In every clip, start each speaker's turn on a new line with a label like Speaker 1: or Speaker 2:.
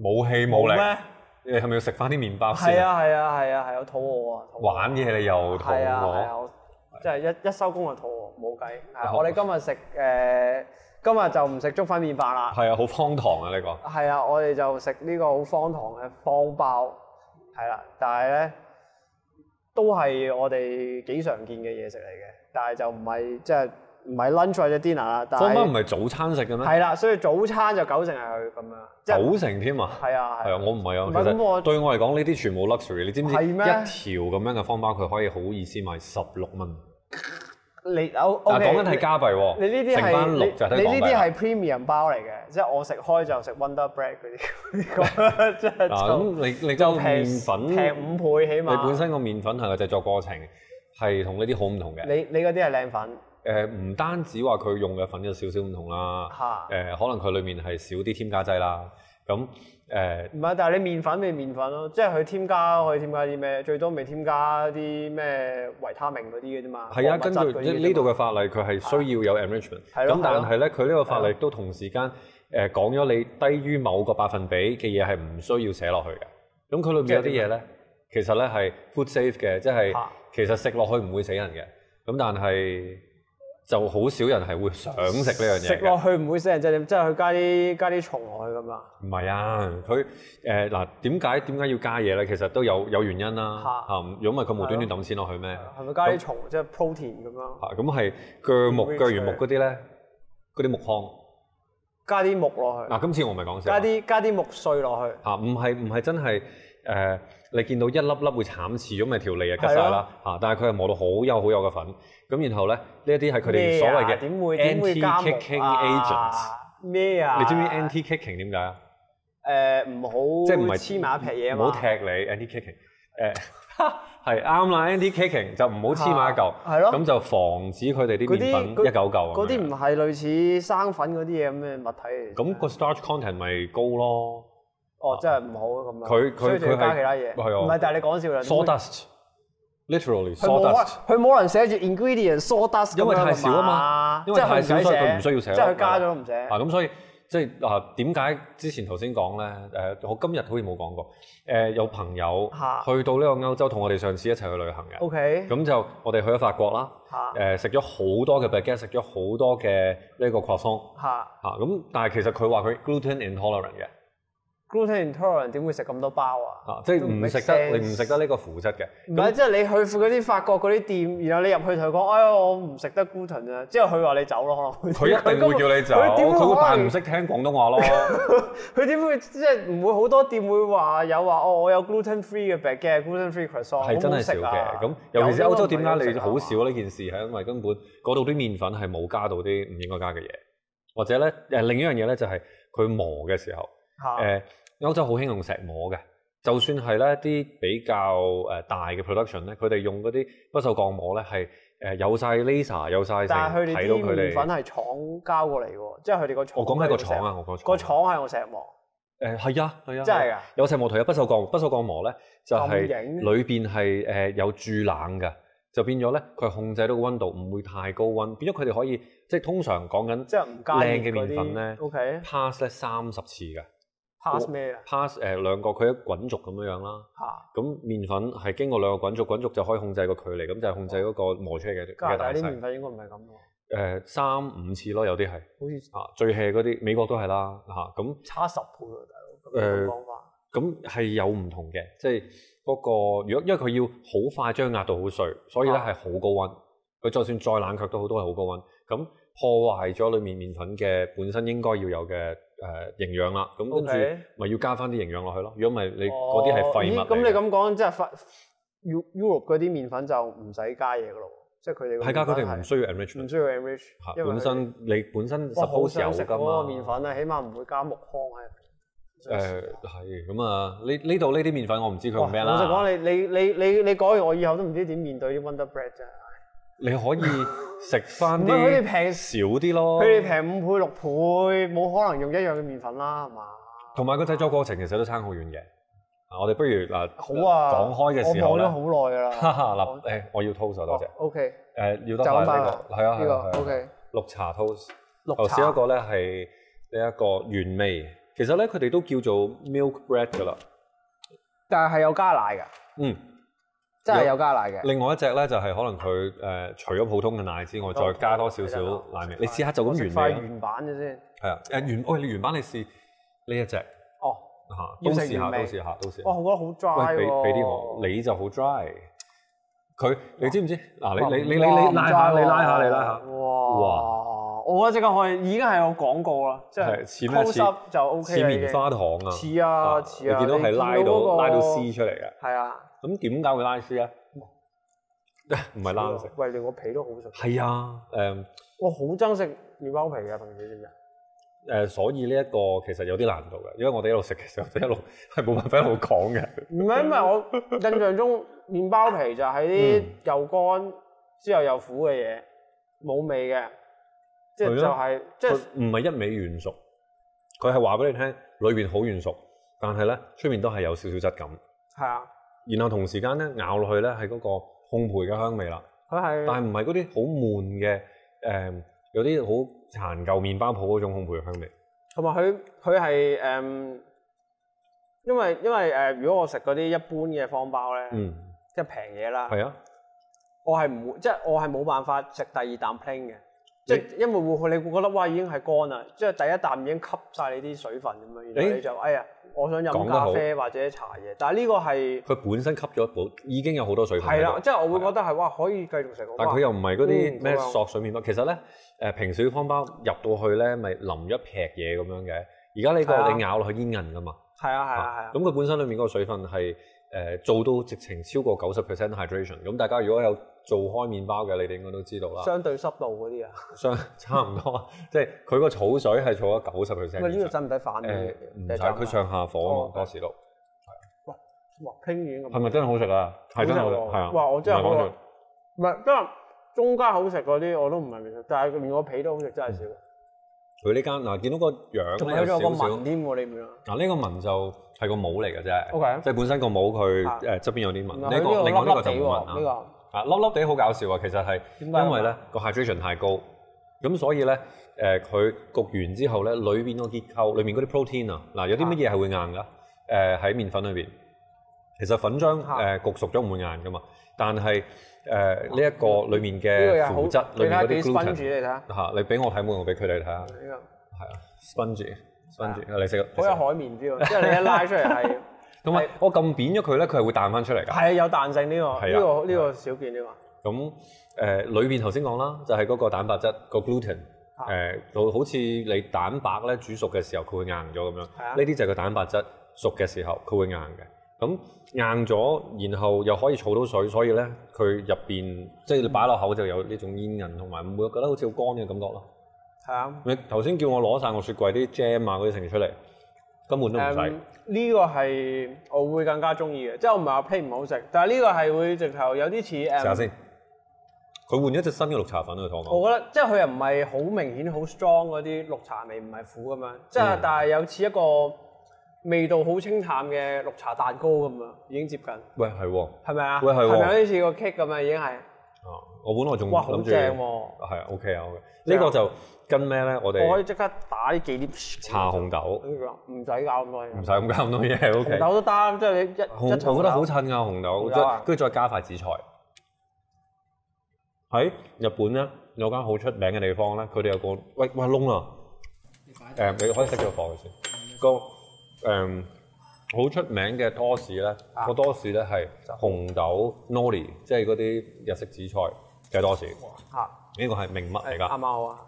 Speaker 1: 冇氣冇力，你係咪要食翻啲麵包
Speaker 2: 係
Speaker 1: 先啊？
Speaker 2: 啊係啊係啊係啊，我肚餓啊！肚餓
Speaker 1: 玩嘢你又肚
Speaker 2: 係啊係啊，
Speaker 1: 餓，
Speaker 2: 我即係一一收工就肚餓，冇計。係啊
Speaker 1: 好
Speaker 2: 我哋今日食誒，今日就唔食粥粉麵飯啦。
Speaker 1: 係啊，好荒唐啊呢個。
Speaker 2: 係啊，我哋就食呢個好荒唐嘅方包，係啦，但係咧都係我哋幾常見嘅嘢食嚟嘅，但係就唔係即係唔係 lunch 或者 dinner 啦，但
Speaker 1: 方包唔
Speaker 2: 係
Speaker 1: 係早餐食嘅咩？
Speaker 2: 係啦，所以早餐就九成係佢咁樣，即係
Speaker 1: 九成添啊！
Speaker 2: 係啊
Speaker 1: 係啊，
Speaker 2: 係啊，
Speaker 1: 我唔係啊。
Speaker 2: 唔
Speaker 1: 其
Speaker 2: 係咁
Speaker 1: 實
Speaker 2: 我
Speaker 1: 對我嚟講，呢啲全部 luxury。你知唔知
Speaker 2: 係
Speaker 1: 一
Speaker 2: 咩
Speaker 1: 條咁樣嘅方包，佢可以好意思賣十六蚊。
Speaker 2: 你有 OK，
Speaker 1: 但係啊講緊係加幣喎，
Speaker 2: 你呢啲
Speaker 1: 乘
Speaker 2: 係
Speaker 1: 翻六就係
Speaker 2: 你你呢
Speaker 1: 港幣
Speaker 2: 啲
Speaker 1: 啦
Speaker 2: 係 premium 包嚟嘅，即係我食開就食 Wonder Bread 嗰啲 嗰啲，即係
Speaker 1: 嗱，
Speaker 2: 就
Speaker 1: 啊咁你你個
Speaker 2: 就
Speaker 1: 麵粉，
Speaker 2: 平平五倍起
Speaker 1: 你
Speaker 2: 碼。
Speaker 1: 本身個麵粉係個製作過程係同呢啲好唔同嘅。
Speaker 2: 你你嗰啲係靚粉
Speaker 1: 誒，唔單止話佢用嘅粉有少少唔同啦，
Speaker 2: 嚇
Speaker 1: 誒，，呃可能佢裡面係少啲添加劑啦。咁呃誒，
Speaker 2: 唔係，但係你麵粉咪麵粉咯，即係佢添加可以添加啲咩？最多咪添加啲咩維他命嗰啲嘅啫嘛。
Speaker 1: 係啊，
Speaker 2: 礦
Speaker 1: 根
Speaker 2: 物質嗰
Speaker 1: 據
Speaker 2: 啲嘅啫嘛
Speaker 1: 呢度嘅法例，佢係需要有 enrichment。
Speaker 2: 係咯
Speaker 1: 咁
Speaker 2: 係咯
Speaker 1: 但係咧，佢呢個法例都同時間誒講咗你低於某個百分比嘅嘢係唔需要寫落去嘅。咁佢裏面有啲嘢咧，其實咧係 food safe 嘅，即係
Speaker 2: 啊
Speaker 1: 其實食落去唔會死人嘅。咁但係就好少人係會想食呢樣
Speaker 2: 食
Speaker 1: 嘢嘅。
Speaker 2: 落去唔會死人，即係點即係佢加啲加啲蟲落去咁啊。
Speaker 1: 唔係啊，佢誒嗱點解點解要加嘢咧？其實都有有原因啦。
Speaker 2: 嚇
Speaker 1: 嚇，如果唔係佢無端端抌錢落去咩？
Speaker 2: 係咪加啲蟲即係 protein 咁樣？
Speaker 1: 嚇，啊咁係鋸木
Speaker 2: 會
Speaker 1: 鋸完木
Speaker 2: 脆
Speaker 1: 嗰啲咧，嗰啲木糠。
Speaker 2: 加啲木落去，
Speaker 1: 嗱，今次我唔係講笑啊，
Speaker 2: 加啲加啲木碎落去。
Speaker 1: 嚇，唔係唔係真係誒、呃你見到一粒粒會慘刺咗，咪條脷啊就吉晒啦嚇。但係佢係磨到好幼好幼嘅粉，咁然後咧呢一啲係佢哋所謂
Speaker 2: 咩啊
Speaker 1: 嘅
Speaker 2: 點會點會加木
Speaker 1: anti-kicking
Speaker 2: 啊
Speaker 1: agents。
Speaker 2: 咩啊？
Speaker 1: 你知唔知 anti-kicking 點解啊？
Speaker 2: 誒唔好
Speaker 1: 即係唔係
Speaker 2: 黐埋一撇嘢啊
Speaker 1: 唔
Speaker 2: 嘛？
Speaker 1: 好踢你 anti-kicking 誒係啱啦，anti-kicking 就唔好黐埋一嚿，
Speaker 2: 係咯
Speaker 1: 咁就防止佢哋啲
Speaker 2: 嗰
Speaker 1: 麵
Speaker 2: 啲
Speaker 1: 粉
Speaker 2: 嗰
Speaker 1: 一嚿嚿咁樣哦
Speaker 2: 嗰啲唔係類似生粉嗰啲嘢咁嘅物體嚟。
Speaker 1: 咁個 starch content 咪高咯
Speaker 2: 哦，真係唔好啊咁樣。
Speaker 1: 佢佢
Speaker 2: 所以就要
Speaker 1: 佢係
Speaker 2: 加其他嘢。
Speaker 1: 係啊
Speaker 2: 唔係，但係你講笑啦。
Speaker 1: ，sawdust，literally
Speaker 2: 佢冇啊
Speaker 1: sawdust。
Speaker 2: 可能佢冇可能寫住 ingredient sawdust
Speaker 1: 因為
Speaker 2: 咁樣
Speaker 1: 太少啊嘛
Speaker 2: 㗎
Speaker 1: 因為太少
Speaker 2: 即係
Speaker 1: 所以佢
Speaker 2: 佢
Speaker 1: 唔
Speaker 2: 唔
Speaker 1: 需要
Speaker 2: 使
Speaker 1: 寫
Speaker 2: 即係佢加咗都唔寫。
Speaker 1: 啊，咁所以即係啊，點解之前頭先講咧？誒、我今日好似冇講過。誒、有朋友
Speaker 2: 嚇
Speaker 1: 去到呢個歐洲，同我哋上次一齊去旅行嘅。
Speaker 2: OK。
Speaker 1: 咁就我哋去咗法國啦。
Speaker 2: 嚇
Speaker 1: 誒，食咗好多嘅 baguette，食咗好多嘅呢個 croissant
Speaker 2: 嚇
Speaker 1: 嚇。咁但係其實佢話佢 gluten intolerant 嘅，
Speaker 2: gluten intolerant 點會食咁多包啊？
Speaker 1: 啊，即係
Speaker 2: 都唔
Speaker 1: 唔
Speaker 2: make
Speaker 1: 食得
Speaker 2: sense
Speaker 1: 你唔食得呢個腐質嘅。
Speaker 2: 唔係，即係你去嗰啲法國嗰啲店，然後你入去同佢講，哎呀，我唔食得 gluten 啊，之後佢話你走咯，可能
Speaker 1: 佢一 定會叫你走，
Speaker 2: 佢點啊
Speaker 1: 佢
Speaker 2: 可
Speaker 1: 會扮
Speaker 2: 能
Speaker 1: 唔識聽廣東話咯。
Speaker 2: 佢點會即係唔會好多店會話有話哦，我有 gluten free 嘅 baguette、gluten free croissant，
Speaker 1: 係真係少
Speaker 2: 哦好唔好食
Speaker 1: 嘅，
Speaker 2: 啊
Speaker 1: 咁尤其是歐洲點解你好？
Speaker 2: 有啲都唔係好食啊
Speaker 1: 少呢件事係因為根本嗰度啲麵粉係冇加到啲唔應該加嘅嘢，或者咧誒另一樣嘢咧就係佢磨嘅時候，誒、
Speaker 2: 嚇
Speaker 1: 歐洲好興用石磨嘅，就算係咧啲比較誒大嘅 production 咧，佢哋用嗰啲不鏽鋼磨咧係誒有晒 laser 有晒成
Speaker 2: 但係佢哋
Speaker 1: 睇到
Speaker 2: 啲
Speaker 1: 佢
Speaker 2: 麵粉
Speaker 1: 哋。
Speaker 2: 係廠交過嚟嘅喎，即係佢哋個廠。
Speaker 1: 我講緊個廠啊，我講
Speaker 2: 個廠係用石磨，
Speaker 1: 誒係啊係啊，
Speaker 2: 真係
Speaker 1: 係
Speaker 2: 㗎
Speaker 1: 啊有石磨同有不鏽鋼，不鏽鋼磨咧就係
Speaker 2: 咁型
Speaker 1: 裏邊係誒有注冷嘅，就變咗咧佢係控制到個温度唔會太高温，變咗佢哋可以即係通常講緊
Speaker 2: 即係唔加熱
Speaker 1: 靚
Speaker 2: 嗰
Speaker 1: 嘅麵
Speaker 2: 啲
Speaker 1: 粉咧
Speaker 2: OK
Speaker 1: pass 咧三十次嘅
Speaker 2: pass 咩啊？
Speaker 1: pass 誒兩個佢一滾軸咁樣樣啦，
Speaker 2: 嚇！
Speaker 1: 咁麵粉係經過兩個滾軸，滾軸就可以控制個距離，咁就係控制嗰個磨出嚟嘅
Speaker 2: 加
Speaker 1: 嘅
Speaker 2: 拿
Speaker 1: 大
Speaker 2: 大啲
Speaker 1: 細
Speaker 2: 麵粉應該唔係咁喎，
Speaker 1: 誒三五次咯，有啲係
Speaker 2: 好似
Speaker 1: 啊最 hea 嗰啲美國都係啦嚇咁。
Speaker 2: 差十倍喎，大佬
Speaker 1: 誒
Speaker 2: 咁講法。
Speaker 1: 咁係有唔同嘅，即係嗰個如果因為佢要好快將壓到好碎，所以咧
Speaker 2: 啊
Speaker 1: 係好高温。佢就算再冷卻都好，都係好高温。咁破壞咗裡面麵粉嘅本身應該要有嘅誒、呃、營養啦。咁跟
Speaker 2: OK
Speaker 1: 住咪要加翻啲營養落去咯。如果唔係你嗰啲係
Speaker 2: 哦
Speaker 1: 廢
Speaker 2: 咦
Speaker 1: 物
Speaker 2: 咁
Speaker 1: 嚟
Speaker 2: 你
Speaker 1: 嘅。
Speaker 2: 咁講，即係法 Eu- Europe 嗰啲麵粉就唔使加嘢噶咯喎，即係佢哋個
Speaker 1: 係㗎，佢
Speaker 2: 麵粉
Speaker 1: 哋唔需要
Speaker 2: 唔
Speaker 1: enrichment
Speaker 2: 需要 enrich，
Speaker 1: 嚇。
Speaker 2: 因為佢
Speaker 1: 本
Speaker 2: 哋
Speaker 1: 身你本身
Speaker 2: 我好
Speaker 1: suppose 有
Speaker 2: 想食
Speaker 1: 㗎
Speaker 2: 嗰
Speaker 1: 嘛。
Speaker 2: 個麵粉啊，起碼唔會加木糠喺入
Speaker 1: 誒
Speaker 2: 面。
Speaker 1: 係咁啊！呢呢度呢啲麵粉我唔知佢
Speaker 2: 哇
Speaker 1: 用咩啦。
Speaker 2: 老實講，你你你你你講完，我以後都唔知點面對啲 Wonder Bread 啫。
Speaker 1: 你可以食 翻
Speaker 2: 唔係佢哋
Speaker 1: 啲
Speaker 2: 平
Speaker 1: 少啲咯。
Speaker 2: 佢哋平五倍六倍，冇可能用一樣嘅麵粉啦，係嘛？
Speaker 1: 同埋個製作過程其實都差好遠嘅。啊，我哋不如嗱，
Speaker 2: 好啊，
Speaker 1: 講開嘅時候
Speaker 2: 我
Speaker 1: 咧，
Speaker 2: 望咗好耐㗎啦。
Speaker 1: 哈哈嗱，誒，我要 toast 啊，多謝。
Speaker 2: O K，
Speaker 1: 誒，
Speaker 2: 就
Speaker 1: 要得
Speaker 2: 咁
Speaker 1: 快
Speaker 2: 翻
Speaker 1: 呢
Speaker 2: 啦。
Speaker 1: 個，係啊，
Speaker 2: 呢
Speaker 1: 係啊，係
Speaker 2: 個
Speaker 1: 啊
Speaker 2: O K。
Speaker 1: 綠茶 toast，
Speaker 2: 綠
Speaker 1: 頭
Speaker 2: 茶
Speaker 1: 先一個咧係呢一個原味其實咧佢哋都叫做 milk bread 㗎啦。
Speaker 2: 但係係有加奶㗎，
Speaker 1: 嗯，
Speaker 2: 真係
Speaker 1: 有
Speaker 2: 有加奶嘅。
Speaker 1: 另外一隻咧就係可能佢誒、呃除咗普通嘅奶之外，再加多少少奶味。你試下就
Speaker 2: 我
Speaker 1: 咁
Speaker 2: 食
Speaker 1: 原
Speaker 2: 塊
Speaker 1: 味啦，啊
Speaker 2: 原版嘅先。
Speaker 1: 係啊誒原喂你原版你試呢一隻嚇，
Speaker 2: 哦，
Speaker 1: 都
Speaker 2: 要食
Speaker 1: 試下
Speaker 2: 原
Speaker 1: 都
Speaker 2: 味哦
Speaker 1: 試下都試下。
Speaker 2: 哇，我覺得好
Speaker 1: 喂，
Speaker 2: dry 喎。
Speaker 1: 俾俾啲我，你就好 dry。佢你知唔知？
Speaker 2: 哇
Speaker 1: 嗱，你你你你
Speaker 2: 哇唔
Speaker 1: 你
Speaker 2: 啊
Speaker 1: 拉下，
Speaker 2: dry
Speaker 1: 你拉下，
Speaker 2: 喎
Speaker 1: 你拉下。
Speaker 2: 哇！我覺得即刻可以，已經係有廣告啦，即係
Speaker 1: 係似咩
Speaker 2: close up 就 OK
Speaker 1: 似
Speaker 2: 啦已經
Speaker 1: 棉花糖啊！
Speaker 2: 似啊似啊，
Speaker 1: 你見到係拉
Speaker 2: 見嗰
Speaker 1: 到
Speaker 2: 個
Speaker 1: 拉到絲出嚟嘅。
Speaker 2: 係啊，
Speaker 1: 咁點解會拉絲啊？唔係拉到食。
Speaker 2: 喂，連個皮都好食，
Speaker 1: 係啊，誒
Speaker 2: 我好憎食麵包皮嘅，朋友知唔知啊？
Speaker 1: 誒，所以呢一個其實有啲難度嘅，因為我哋一路食嘅時候就一路 係冇辦法一路講嘅。
Speaker 2: 唔係唔係，我印象中麵包皮就係啲
Speaker 1: 嗯
Speaker 2: 又乾之後又苦嘅嘢，冇味嘅，即係
Speaker 1: 係
Speaker 2: 就係即
Speaker 1: 佢
Speaker 2: 係
Speaker 1: 唔係一味軟熟，佢係話俾你聽，裏邊好軟熟，但係咧出面都係有少少質感。
Speaker 2: 係啊，
Speaker 1: 然後同時間咧咬落去咧係嗰個烘焙嘅香味啦，
Speaker 2: 佢
Speaker 1: 但
Speaker 2: 係
Speaker 1: 係唔係嗰啲好悶嘅誒、有啲好殘舊麵包鋪嗰種烘焙嘅香味。
Speaker 2: 同埋佢佢係誒，因為因為誒、如果我食嗰啲一般嘅方包咧，
Speaker 1: 嗯，
Speaker 2: 即係平嘢啦，
Speaker 1: 係啊，
Speaker 2: 我係唔會即係我係冇辦法食第二啖 plain 嘅，即係因為會你會覺得哇已經係乾啦，即係第一啖已經吸晒你啲水分咁樣，然後
Speaker 1: 誒
Speaker 2: 你就哎呀我想
Speaker 1: 講
Speaker 2: 飲
Speaker 1: 得
Speaker 2: 咖
Speaker 1: 好
Speaker 2: 啡或者茶嘢，但係呢個係
Speaker 1: 佢本身吸咗一補，已經有好多水分
Speaker 2: 係
Speaker 1: 喺
Speaker 2: 啦，
Speaker 1: 度，啊
Speaker 2: 即係我會覺得係哇可以繼續食喎，
Speaker 1: 但佢又唔係嗰啲
Speaker 2: 嗯
Speaker 1: 咩
Speaker 2: 好啊
Speaker 1: 索水麵包。其實咧誒、平水方包入到去咧，咪淋一劈嘢咁樣嘅。而家呢
Speaker 2: 係
Speaker 1: 個
Speaker 2: 啊
Speaker 1: 你咬落去煙韌噶嘛，
Speaker 2: 係啊係啊係
Speaker 1: 啊
Speaker 2: 啊
Speaker 1: 咁，佢本身裏面嗰個水分係誒、做到直情超過九十 percent hydration。咁大家如果有做開麵包嘅，你哋應該都知道啦。
Speaker 2: 相對濕度嗰啲啊，
Speaker 1: 相 差唔多，即係佢個草水係儲咗九十 percent。
Speaker 2: 喂啊呢個使唔使反面
Speaker 1: 誒
Speaker 2: 嘅？
Speaker 1: 唔
Speaker 2: 即係
Speaker 1: 使，
Speaker 2: 斬啊
Speaker 1: 佢上下火啊嘛，
Speaker 2: 哦
Speaker 1: 多士爐
Speaker 2: 哇 plain 已經咁
Speaker 1: 係咪真係好食啊？係真係好食，係啊！
Speaker 2: 哇我真係
Speaker 1: 唔係講
Speaker 2: 好
Speaker 1: 笑
Speaker 2: 啊唔係因為中間好食嗰啲我都唔係未食，但係連個皮都好食真係少，
Speaker 1: 佢呢間嗱，見到個樣
Speaker 2: 仲
Speaker 1: 咧
Speaker 2: 有咗
Speaker 1: 嗯有少
Speaker 2: 個
Speaker 1: 少
Speaker 2: 紋添喎你唔明啊？
Speaker 1: 嗱，呢個紋就係個帽嚟嘅啫
Speaker 2: OK
Speaker 1: 即係本身個帽佢
Speaker 2: 啊
Speaker 1: 誒側邊有啲紋，
Speaker 2: 原
Speaker 1: 呢
Speaker 2: 來佢
Speaker 1: 個另外呢個就
Speaker 2: 粒
Speaker 1: 冇
Speaker 2: 粒地
Speaker 1: 紋
Speaker 2: 喎
Speaker 1: 啦
Speaker 2: 呢。個。
Speaker 1: 啊，粒粒地好搞笑啊！其實係
Speaker 2: 點解啊
Speaker 1: 因為咧個 hydration 太高，咁所以咧誒佢焗完之後咧，裏邊個結構，裏面嗰啲 protein 啊，嗱有啲乜嘢係會硬噶？誒喺麵粉裏邊，其實粉漿
Speaker 2: 啊哦
Speaker 1: 誒焗熟咗唔會硬噶嘛，但係誒呢一個裏面
Speaker 2: 呢個
Speaker 1: 嘅
Speaker 2: 又好
Speaker 1: 腐質，裏
Speaker 2: 你睇
Speaker 1: 面
Speaker 2: 下
Speaker 1: 嗰
Speaker 2: 幾 spongy，
Speaker 1: 啲 gluten
Speaker 2: 你睇下
Speaker 1: 嚇，你俾我睇冇用，俾佢哋睇下
Speaker 2: 呢
Speaker 1: ，spongy spongy，你食啊
Speaker 2: 個好有
Speaker 1: 你食啊
Speaker 2: 海綿之喎，即係你一拉出嚟 係
Speaker 1: 同埋我撳扁咗佢咧，佢係會彈翻出嚟㗎。
Speaker 2: 係啊有彈性呢個
Speaker 1: 係啊
Speaker 2: 呢個呢個少見呢個，
Speaker 1: 咁誒裏邊頭先講啦，就係、嗰個蛋白質個 gluten
Speaker 2: 啊
Speaker 1: 誒、就好似你蛋白咧煮熟嘅時候，佢會硬咗咁樣。呢
Speaker 2: 係啊
Speaker 1: 啲就係個蛋白質熟嘅時候，佢會硬嘅。咁硬咗，然後又可以儲到水，所以咧佢入邊
Speaker 2: 嗯
Speaker 1: 即係你擺落口就有呢種煙韌，同埋唔會覺得好似好乾嘅感覺咯。
Speaker 2: 係啊。
Speaker 1: 你頭先叫我攞晒我雪櫃啲 jam 啊嗰啲成出嚟，根本都唔
Speaker 2: 誒
Speaker 1: 使。
Speaker 2: 嗯呢個係我會更加中意嘅，即係我唔係話 play 唔好食，但係呢個係會直頭有啲似嗯
Speaker 1: 試下
Speaker 2: 誒，
Speaker 1: 先，佢換咗隻新嘅綠茶粉啊去同我講。
Speaker 2: 我覺得即係佢又唔係好明顯好 strong 嗰啲綠茶味，唔係苦咁樣，即
Speaker 1: 嗯
Speaker 2: 係但係有似一個味道好清淡嘅綠茶蛋糕咁樣，已經接近
Speaker 1: 喂，係喎、
Speaker 2: 係咪啊？
Speaker 1: 喂係喎
Speaker 2: 係咪有啲似個 cake 咁樣已經係？
Speaker 1: 啊我本來仲
Speaker 2: 哇，好
Speaker 1: 諗住。
Speaker 2: 正喎！
Speaker 1: 係啊，OK 啊，OK。呢個就跟咩咧？我
Speaker 2: 我可以
Speaker 1: 哋
Speaker 2: 即刻打呢幾碟
Speaker 1: 茶紅豆，
Speaker 2: 唔使搞咁多嘢，
Speaker 1: 唔使咁加咁多嘢
Speaker 2: 紅
Speaker 1: ，OK。
Speaker 2: 豆都得，即係你一
Speaker 1: 紅
Speaker 2: 一
Speaker 1: 我覺得好襯啊，紅豆，
Speaker 2: 紅豆啊
Speaker 1: 即係跟住再加塊紫菜。喺日本咧有間好出名嘅地方咧，佢哋有個喂喂窿啊，誒你可以熄咗火佢先。個誒好出名嘅多士咧，
Speaker 2: 啊
Speaker 1: 個多士咧係紅豆 nori，即係嗰啲日式紫菜嘅多士。呢
Speaker 2: 嚇，
Speaker 1: 個係名物嚟
Speaker 2: 係
Speaker 1: 㗎
Speaker 2: 啱。啱好啊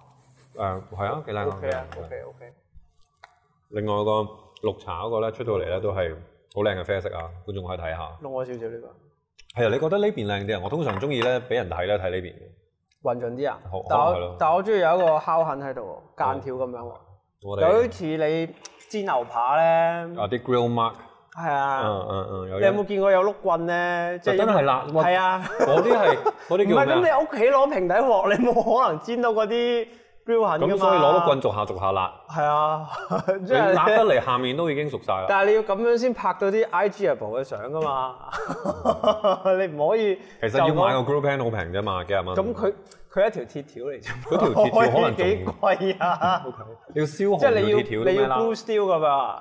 Speaker 1: 誒係啊，幾靚啊幾
Speaker 2: ，OK
Speaker 1: 靚
Speaker 2: 啊
Speaker 1: 啊！
Speaker 2: ，OK OK，
Speaker 1: 另外個綠茶嗰個咧出到嚟咧都係好靚嘅啡色啊，觀眾可以睇下。
Speaker 2: 弄我少少呢個
Speaker 1: 係啊，你覺得呢邊靚啲啊？我通常中意咧俾人睇咧睇呢邊嘅，
Speaker 2: 混盡啲啊
Speaker 1: 好，
Speaker 2: 但
Speaker 1: 可能係咯
Speaker 2: 我但我中意有一個烤痕喺度喎，間條咁樣喎，
Speaker 1: 我
Speaker 2: 有
Speaker 1: 哋
Speaker 2: 啲似你煎牛扒咧，
Speaker 1: 啊啲 grill mark，
Speaker 2: 係
Speaker 1: 嗯
Speaker 2: 啊，
Speaker 1: 嗯嗯，有
Speaker 2: 你有
Speaker 1: 啲
Speaker 2: 冇見過有碌棍咧？即
Speaker 1: 就
Speaker 2: 係
Speaker 1: 真係辣，哇
Speaker 2: 係啊，
Speaker 1: 嗰啲係嗰
Speaker 2: 唔
Speaker 1: 啲
Speaker 2: 係咁
Speaker 1: 叫咩啊？
Speaker 2: 你屋企攞平底鑊，你冇可能煎到嗰啲標狠㗎
Speaker 1: 咁
Speaker 2: 嘛。
Speaker 1: 所以攞到棍逐下逐下辣，
Speaker 2: 係啊，
Speaker 1: 你
Speaker 2: 即係
Speaker 1: 辣得嚟下面都已經熟晒啦。
Speaker 2: 但係你要咁樣先拍到啲 IGable 嘅相噶嘛， 你唔可以
Speaker 1: 其實
Speaker 2: 就
Speaker 1: 要
Speaker 2: 咁
Speaker 1: 買個 group hand 好平啫嘛，幾廿蚊。
Speaker 2: 啊咁佢佢一條鐵條嚟啫嘛，
Speaker 1: 嗰條鐵條可 能仲
Speaker 2: 幾貴 啊！
Speaker 1: 你要燒紅
Speaker 2: 即係
Speaker 1: 條
Speaker 2: 你要
Speaker 1: 鐵條啲
Speaker 2: 你
Speaker 1: 咩
Speaker 2: 要
Speaker 1: 啦？
Speaker 2: blue steel 噶嘛，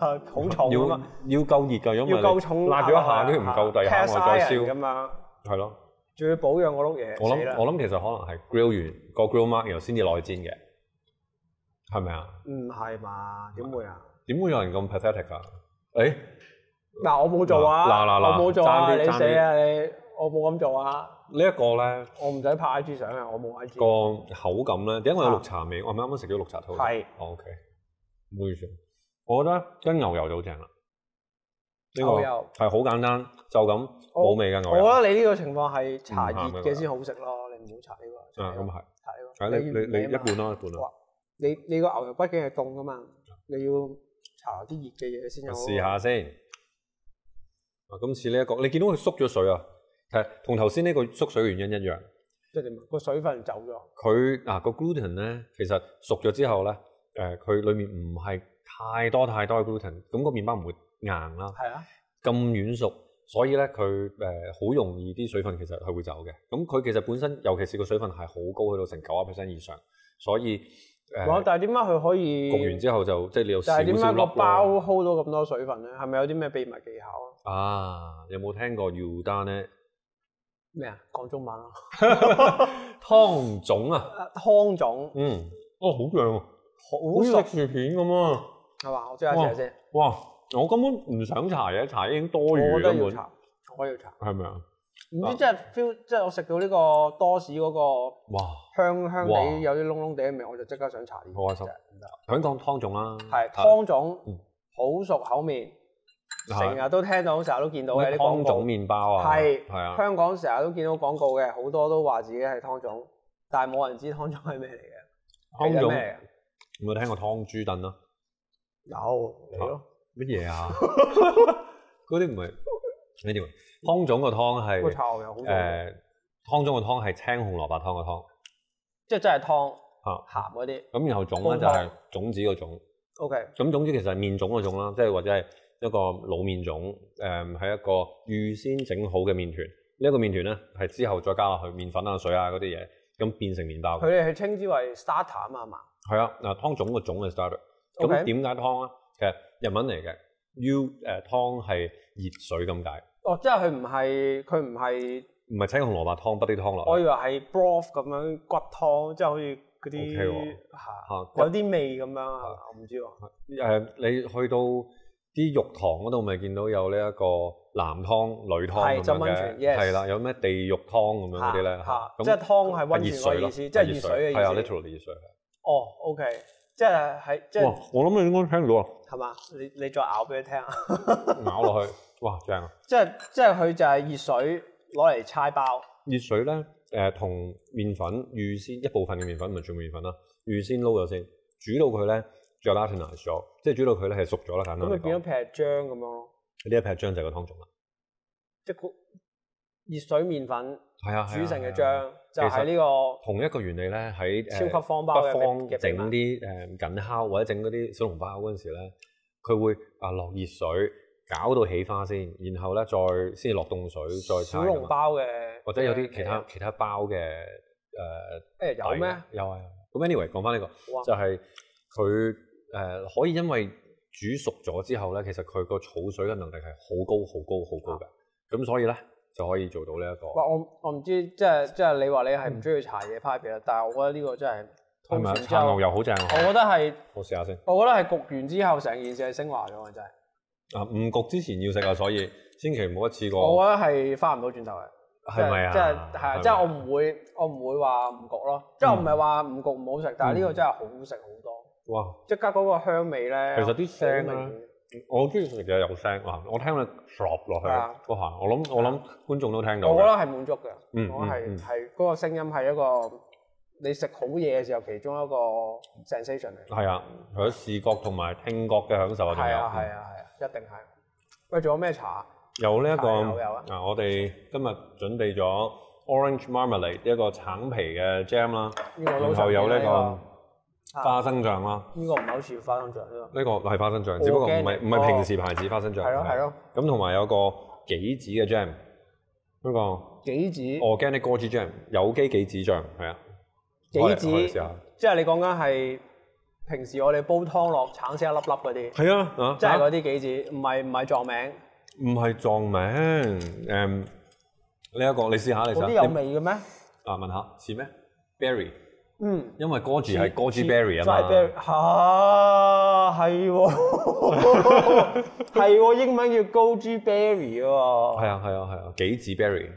Speaker 2: 好重噶
Speaker 1: 要
Speaker 2: 嘛，
Speaker 1: 要夠熱㗎，因為
Speaker 2: 要夠重啊
Speaker 1: 辣咗一下，跟住唔夠第二下我再
Speaker 2: 咁
Speaker 1: 燒，
Speaker 2: 樣，
Speaker 1: 係咯。
Speaker 2: 仲要保養嗰碌嘢。
Speaker 1: 我
Speaker 2: 死啦
Speaker 1: 諗我諗其實可能係 grill 完個 grill mark 然後先至內煎嘅，係咪啊？
Speaker 2: 唔係嘛？點會啊？
Speaker 1: 點會有人咁 pathetic 啊？誒，
Speaker 2: 嗱，我冇做啊！
Speaker 1: 嗱嗱嗱
Speaker 2: 我冇做啊！
Speaker 1: 爭啲
Speaker 2: 你
Speaker 1: 爭啲
Speaker 2: 死啊你！我冇咁做啊！
Speaker 1: 呢一個咧
Speaker 2: 我唔使拍 I G 相啊！我冇 I G。
Speaker 1: 個口感咧，點解我有綠茶味？我咪啱啱食咗綠茶湯。
Speaker 2: 啊係
Speaker 1: 哦，OK，唔好意思。我覺得跟牛油就好正啦，呢個
Speaker 2: 牛油
Speaker 1: 係好簡單，就咁冇味嘅牛油。
Speaker 2: 我覺得你呢個情況係茶熱
Speaker 1: 唔鹹嘅
Speaker 2: 嘅先好食咯，你唔好茶呢個。
Speaker 1: 啊，咁係，
Speaker 2: 茶呢個。
Speaker 1: 係你你你一半
Speaker 2: 咯。
Speaker 1: 啦，一啊半啦
Speaker 2: 哇。你你個牛肉畢竟係凍噶嘛，你要搽啲熱嘅嘢先有。
Speaker 1: 試。下先。啊，今次呢、一個，你見到佢縮咗水啊，係同頭先呢個縮水嘅原因一樣。
Speaker 2: 即係點啊？個水分走咗。
Speaker 1: 佢嗱、個 gluten 咧，其實熟咗之後咧，誒、佢裡面唔係太多太多嘅 gluten，咁個麵包唔會硬啦，
Speaker 2: 係啊。
Speaker 1: 咁軟熟，所以咧佢誒好容易啲水分其實係會走嘅。咁佢其實本身尤其是個水分係好高，去到成九啊 percent 以上，所以
Speaker 2: 哇
Speaker 1: 誒
Speaker 2: 但係點解佢可以？
Speaker 1: 焗完之後就即係你有少
Speaker 2: 但
Speaker 1: 少
Speaker 2: 係點
Speaker 1: 粒
Speaker 2: 解個
Speaker 1: 咯
Speaker 2: 包啊 hold 到咁多水分咧？係咪有啲咩秘密技巧啊？
Speaker 1: 啊？有冇聽過 u 丹咧？
Speaker 2: 咩啊？講中文啊？
Speaker 1: 湯種啊！
Speaker 2: 啊湯種
Speaker 1: 嗯，哦，好正啊，好
Speaker 2: 好
Speaker 1: 似
Speaker 2: 熟
Speaker 1: 食薯片咁啊！
Speaker 2: 係嘛？我即刻試下先。
Speaker 1: 哇，我根本唔想搽嘢，搽已經多餘
Speaker 2: 我覺得
Speaker 1: 根
Speaker 2: 要
Speaker 1: 本，
Speaker 2: 搽，我覺得要搽。
Speaker 1: 係咪啊？
Speaker 2: 唔
Speaker 1: 啊
Speaker 2: 知真係 feel，即係我食到呢個多士嗰個
Speaker 1: 哇，
Speaker 2: 香香
Speaker 1: 哇
Speaker 2: 地有啲窿窿地嘅味，我就即刻想搽呢啲。
Speaker 1: 好開心
Speaker 2: 真係唔得
Speaker 1: 想講湯種啦，
Speaker 2: 係
Speaker 1: 啊
Speaker 2: 湯種
Speaker 1: 嗯
Speaker 2: 好熟口面，成
Speaker 1: 係
Speaker 2: 日都聽到，成日都見到嘅
Speaker 1: 咩
Speaker 2: 啲廣
Speaker 1: 湯種
Speaker 2: 告。
Speaker 1: 麵包啊，
Speaker 2: 係
Speaker 1: 係啊，
Speaker 2: 香港成日都見到廣告嘅，好多都話自己係湯種，但係冇人知湯種係咩嚟嘅。
Speaker 1: 湯
Speaker 2: 係
Speaker 1: 種
Speaker 2: 咩
Speaker 1: 有冇聽過湯豬燉啊？
Speaker 2: 有你咯，
Speaker 1: 乜嘢啊？ 嗰啲唔係，anyway，湯種個湯
Speaker 2: 個
Speaker 1: 係
Speaker 2: 茶牛油好濃，
Speaker 1: 誒湯種個湯係青紅蘿蔔湯個湯
Speaker 2: 即係真係湯
Speaker 1: 啊
Speaker 2: 鹹嗰啲。
Speaker 1: 咁然後種咧就係種子個種。
Speaker 2: O K，
Speaker 1: 咁種子其實係面種嗰種啦，即係或者係一個老面種，誒、係一個預先整好嘅麵團。呢、一個麵團咧係之後再加落去麵粉啊、水啊嗰啲嘢，咁變成麵包
Speaker 2: 佢
Speaker 1: 嘅。
Speaker 2: 哋係稱之為 starter 啊嘛，係嘛？
Speaker 1: 係啊，嗱湯種個種係 starter。
Speaker 2: OK
Speaker 1: 咁點解湯咧？其實日文嚟嘅，U 誒、湯係熱水咁解，
Speaker 2: 哦，即係佢唔係佢唔係，
Speaker 1: 唔係青紅蘿蔔湯、不啲湯落
Speaker 2: 我
Speaker 1: 去。
Speaker 2: 以為係 broth 咁樣骨湯，即係好似嗰
Speaker 1: OK
Speaker 2: 啲
Speaker 1: 喎
Speaker 2: 嚇
Speaker 1: 嚇
Speaker 2: 有啲味咁樣啊，係嘛我唔知喎。
Speaker 1: 誒、呃你去到啲浴堂嗰度，咪見到有呢一個男湯、女
Speaker 2: 係
Speaker 1: 湯咁
Speaker 2: 浸
Speaker 1: 樣
Speaker 2: 溫泉
Speaker 1: 嘅，
Speaker 2: ，yes
Speaker 1: 係啦，有咩地獄湯咁樣嗰啲咧
Speaker 2: 嚇
Speaker 1: 嚇
Speaker 2: 嚇，
Speaker 1: 咁
Speaker 2: 即係湯係溫泉嗰個
Speaker 1: 咯
Speaker 2: 意思即係熱水嘅意思
Speaker 1: 係啊，literally 熱水。
Speaker 2: 哦，OK，即係喺即係
Speaker 1: 哇！我諗你應該聽到啊，
Speaker 2: 係嘛？你你再咬俾佢聽啊！
Speaker 1: 咬落去，哇正啊！
Speaker 2: 即係即係佢就係熱水攞嚟搓包，
Speaker 1: 熱水咧誒同麵粉預先一部分嘅麵粉，唔係全部麵粉啦，預先撈咗先，煮到佢咧 gelatinized 咗，即係煮到佢咧係熟咗啦，簡單
Speaker 2: 咁咪
Speaker 1: 嚟
Speaker 2: 變
Speaker 1: 講
Speaker 2: 咗。劈漿咁樣咯，
Speaker 1: 呢一劈漿就係個湯種啦。
Speaker 2: 即係個熱水麵粉
Speaker 1: 係啊，係啊
Speaker 2: 煮成嘅。
Speaker 1: 係啊
Speaker 2: 漿，就喺呢個
Speaker 1: 同一個原理咧，喺
Speaker 2: 超
Speaker 1: 誒
Speaker 2: 級方包
Speaker 1: 北
Speaker 2: 嘅
Speaker 1: 方
Speaker 2: 嘅
Speaker 1: 整
Speaker 2: 秘密
Speaker 1: 啲誒緊烤或者整嗰啲小籠包嗰陣時咧，佢會啊落熱水搞到起花先，然後咧再先至落凍水再
Speaker 2: 小
Speaker 1: 拆㗎
Speaker 2: 籠
Speaker 1: 嘛。
Speaker 2: 包嘅，
Speaker 1: 或者有啲
Speaker 2: 嘅
Speaker 1: 其他其他包嘅誒
Speaker 2: 誒有咩？
Speaker 1: 底嘅？有啊有啊。咁 anyway 講翻呢個
Speaker 2: 哇
Speaker 1: 就係佢呃誒可以因為煮熟咗之後咧，其實佢個儲水嘅能力係好高好高好高嘅，咁所以咧就可以做到呢、一個。
Speaker 2: 啊哇！我我唔知，即係即係你話你係唔中意茶嘢派別啦，但係我覺得呢個真係
Speaker 1: 係
Speaker 2: 通
Speaker 1: 咪啊
Speaker 2: 完之
Speaker 1: 撐
Speaker 2: 後
Speaker 1: 牛，油好正
Speaker 2: 我覺
Speaker 1: 啊？
Speaker 2: 得係
Speaker 1: 我試下先。
Speaker 2: 我覺得係焗完之後成件事係升華咗嘅真係，
Speaker 1: 啊，唔焗之前要食啊，所以千祈唔好一次
Speaker 2: 我
Speaker 1: 過，
Speaker 2: 覺得係翻唔到轉頭嘅，
Speaker 1: 係咪啊？
Speaker 2: 啊即係即係係啊，
Speaker 1: 咪
Speaker 2: 即係我唔會我唔會話唔焗咯，即係我唔係話唔焗唔好食，但係呢
Speaker 1: 嗯
Speaker 2: 個真係好食好多，
Speaker 1: 哇！
Speaker 2: 即刻嗰個香味咧，
Speaker 1: 其實啲聲
Speaker 2: 好
Speaker 1: 咧
Speaker 2: 明顯
Speaker 1: 我中意食嘢有聲哇！我聽到 drop 落去
Speaker 2: 係啊
Speaker 1: 嗰下，我諗我諗觀眾都聽到
Speaker 2: 我覺得
Speaker 1: 嘅。
Speaker 2: 係滿足嘅，
Speaker 1: 嗯
Speaker 2: 我係
Speaker 1: 嗯嗯
Speaker 2: 係嗰個聲音係一個你食好嘢嘅時候其中一個 sensation 嚟。
Speaker 1: 係啊，除咗視覺同埋聽覺嘅享受啊，仲
Speaker 2: 係
Speaker 1: 有
Speaker 2: 啊係啊係啊，一定係。喂，仲有咩茶？
Speaker 1: 嗯有呢一個
Speaker 2: 係有有啊
Speaker 1: 嗱，我哋今日準備咗 orange marmalade 一個橙皮嘅 jam 啦，
Speaker 2: 呢個
Speaker 1: 然
Speaker 2: 撈
Speaker 1: 嗯後有呢個
Speaker 2: 啊
Speaker 1: 花生醬啦。
Speaker 2: 呢個唔係好似花生醬呢個。
Speaker 1: 呢個係花生醬，只不過唔係
Speaker 2: Organic，
Speaker 1: 唔
Speaker 2: 哦
Speaker 1: 係平時牌子花生醬。
Speaker 2: 係咯係咯。
Speaker 1: 咁同埋有個杞子嘅 jam，嗰個
Speaker 2: 杞子，
Speaker 1: organic goji jam，有機杞子醬，係啊。
Speaker 2: 杞
Speaker 1: 我嚟我嚟試
Speaker 2: 子
Speaker 1: 下，
Speaker 2: 即係你講緊係平時我哋煲湯落橙色一粒粒嗰啲，
Speaker 1: 係啊，啊
Speaker 2: 即係嗰啲杞子，唔係唔係撞名，
Speaker 1: 唔係撞名，誒呢一個你試下，你
Speaker 2: 嗰
Speaker 1: 試
Speaker 2: 啲
Speaker 1: 下
Speaker 2: 有味嘅咩？
Speaker 1: 啊？問下似咩？berry，
Speaker 2: 嗯，
Speaker 1: 因為 goji 係 goji
Speaker 2: 似
Speaker 1: berry 啊
Speaker 2: 真係
Speaker 1: 嘛
Speaker 2: berry，。嚇係喎， 係喎，英文叫 goji berry 喎，
Speaker 1: 係啊係啊係啊，杞子 berry，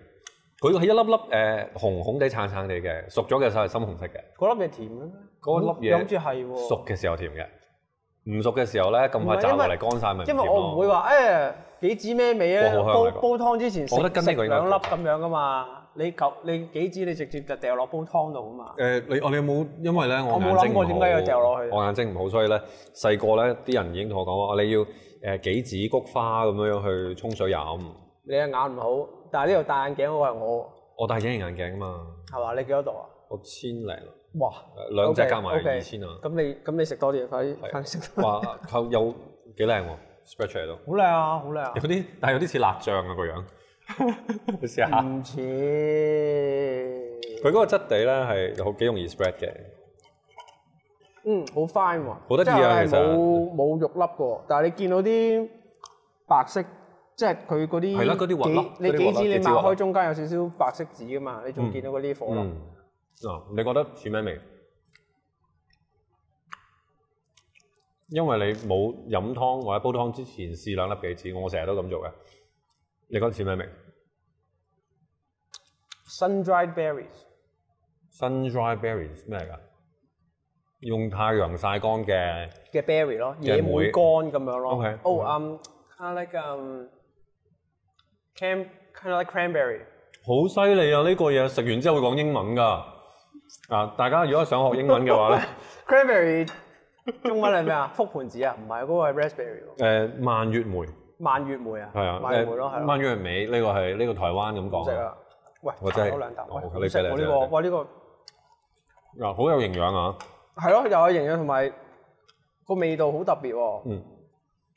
Speaker 1: 佢係一粒粒誒、紅紅地橙橙地嘅，熟咗嘅時候係深紅色嘅，
Speaker 2: 嗰粒嘢甜嘅咩？
Speaker 1: 嗰粒嘢
Speaker 2: 好似係喎，
Speaker 1: 熟嘅時候甜嘅，唔熟嘅時候咧咁快炸落嚟乾晒咪
Speaker 2: 因
Speaker 1: 唔甜
Speaker 2: 為我唔會
Speaker 1: 咯。
Speaker 2: 話誒杞子咩味啊，
Speaker 1: 哇好香
Speaker 2: 煲
Speaker 1: 呢個
Speaker 2: 煲湯之前食
Speaker 1: 我覺得跟呢個
Speaker 2: 食
Speaker 1: 應該
Speaker 2: 兩粒咁樣噶嘛，你嚿你杞子你直接就掉落煲湯度噶嘛，
Speaker 1: 誒、呃你我哋有冇因為咧我
Speaker 2: 我冇
Speaker 1: 眼
Speaker 2: 諗
Speaker 1: 睛
Speaker 2: 過
Speaker 1: 唔
Speaker 2: 點解要掉落
Speaker 1: 好
Speaker 2: 去，
Speaker 1: 我眼睛唔好，所以咧細個咧啲人已經同我講話，哦你要誒、杞子菊花咁樣樣去沖水飲。
Speaker 2: 你嘅眼唔好，但係呢度戴眼鏡嗰個係我
Speaker 1: 我戴隱形眼鏡啊嘛，
Speaker 2: 喎，係嘛？你幾多度啊？
Speaker 1: 我千零誒
Speaker 2: 哇！
Speaker 1: 兩隻
Speaker 2: OK，
Speaker 1: 加埋
Speaker 2: OK
Speaker 1: 二千啊，
Speaker 2: 咁你咁你食多啲，快啲
Speaker 1: 係
Speaker 2: 快啲食多啲。
Speaker 1: 哇靠有幾靚喎，stretch 喺度。
Speaker 2: 好靚啊，好靚啊
Speaker 1: 有！啲，但係有啲似辣醬啊 個樣。你試下，
Speaker 2: 唔似
Speaker 1: 佢嗰個質地咧係好幾容易 spread 嘅。
Speaker 2: 嗯，好 fine 喎，
Speaker 1: 好得意啊
Speaker 2: 即係
Speaker 1: 其實
Speaker 2: 冇冇肉粒嘅喎，但係你見到啲白色，即係佢嗰啲
Speaker 1: 係啦嗰啲核粒
Speaker 2: 杞你
Speaker 1: 嗰啲核粒
Speaker 2: 杞子你
Speaker 1: 幾
Speaker 2: 擘
Speaker 1: 支核粒
Speaker 2: 開中間有少少白色紙噶嘛，你仲
Speaker 1: 嗯
Speaker 2: 見到嗰啲火粒，
Speaker 1: 嗯，嗱，你覺得似咩味？因為你冇飲湯或者煲湯之前試兩粒杞子，我成日都咁做嘅。你覺得似咩味
Speaker 2: sun dried berries，
Speaker 1: ？Sun dry berries 咩嚟㗎？用太陽曬乾嘅。
Speaker 2: 嘅 berry 咯，
Speaker 1: 嘅
Speaker 2: 野莓
Speaker 1: 莓
Speaker 2: 乾咁樣咯。
Speaker 1: OK，
Speaker 2: 哦，
Speaker 1: 好
Speaker 2: 嗯，kind of like um cam kind of like cranberry。
Speaker 1: 好犀利啊！呢、個嘢食完之後會講英文㗎。啊，大家如果想學英文嘅話 咧，
Speaker 2: cranberry 中文係咩啊？覆盆子啊？唔係嗰個係 raspberry 喎，
Speaker 1: 誒、蔓越莓。
Speaker 2: 蔓越莓啊，
Speaker 1: 係啊，
Speaker 2: 蔓越莓咯，係咯
Speaker 1: 蔓，越莓呢個係呢個台灣咁
Speaker 2: 唔食
Speaker 1: 講啊，
Speaker 2: 啊！喂，
Speaker 1: 我真係
Speaker 2: 多兩啖，
Speaker 1: 哦
Speaker 2: 喂，
Speaker 1: 你
Speaker 2: 好食
Speaker 1: 俾你
Speaker 2: 我呢
Speaker 1: 真
Speaker 2: 個，
Speaker 1: 係
Speaker 2: 哇呢個。
Speaker 1: 嗱好有營養啊！
Speaker 2: 係咯，又有營養同埋個味道好特別喎。
Speaker 1: 誒，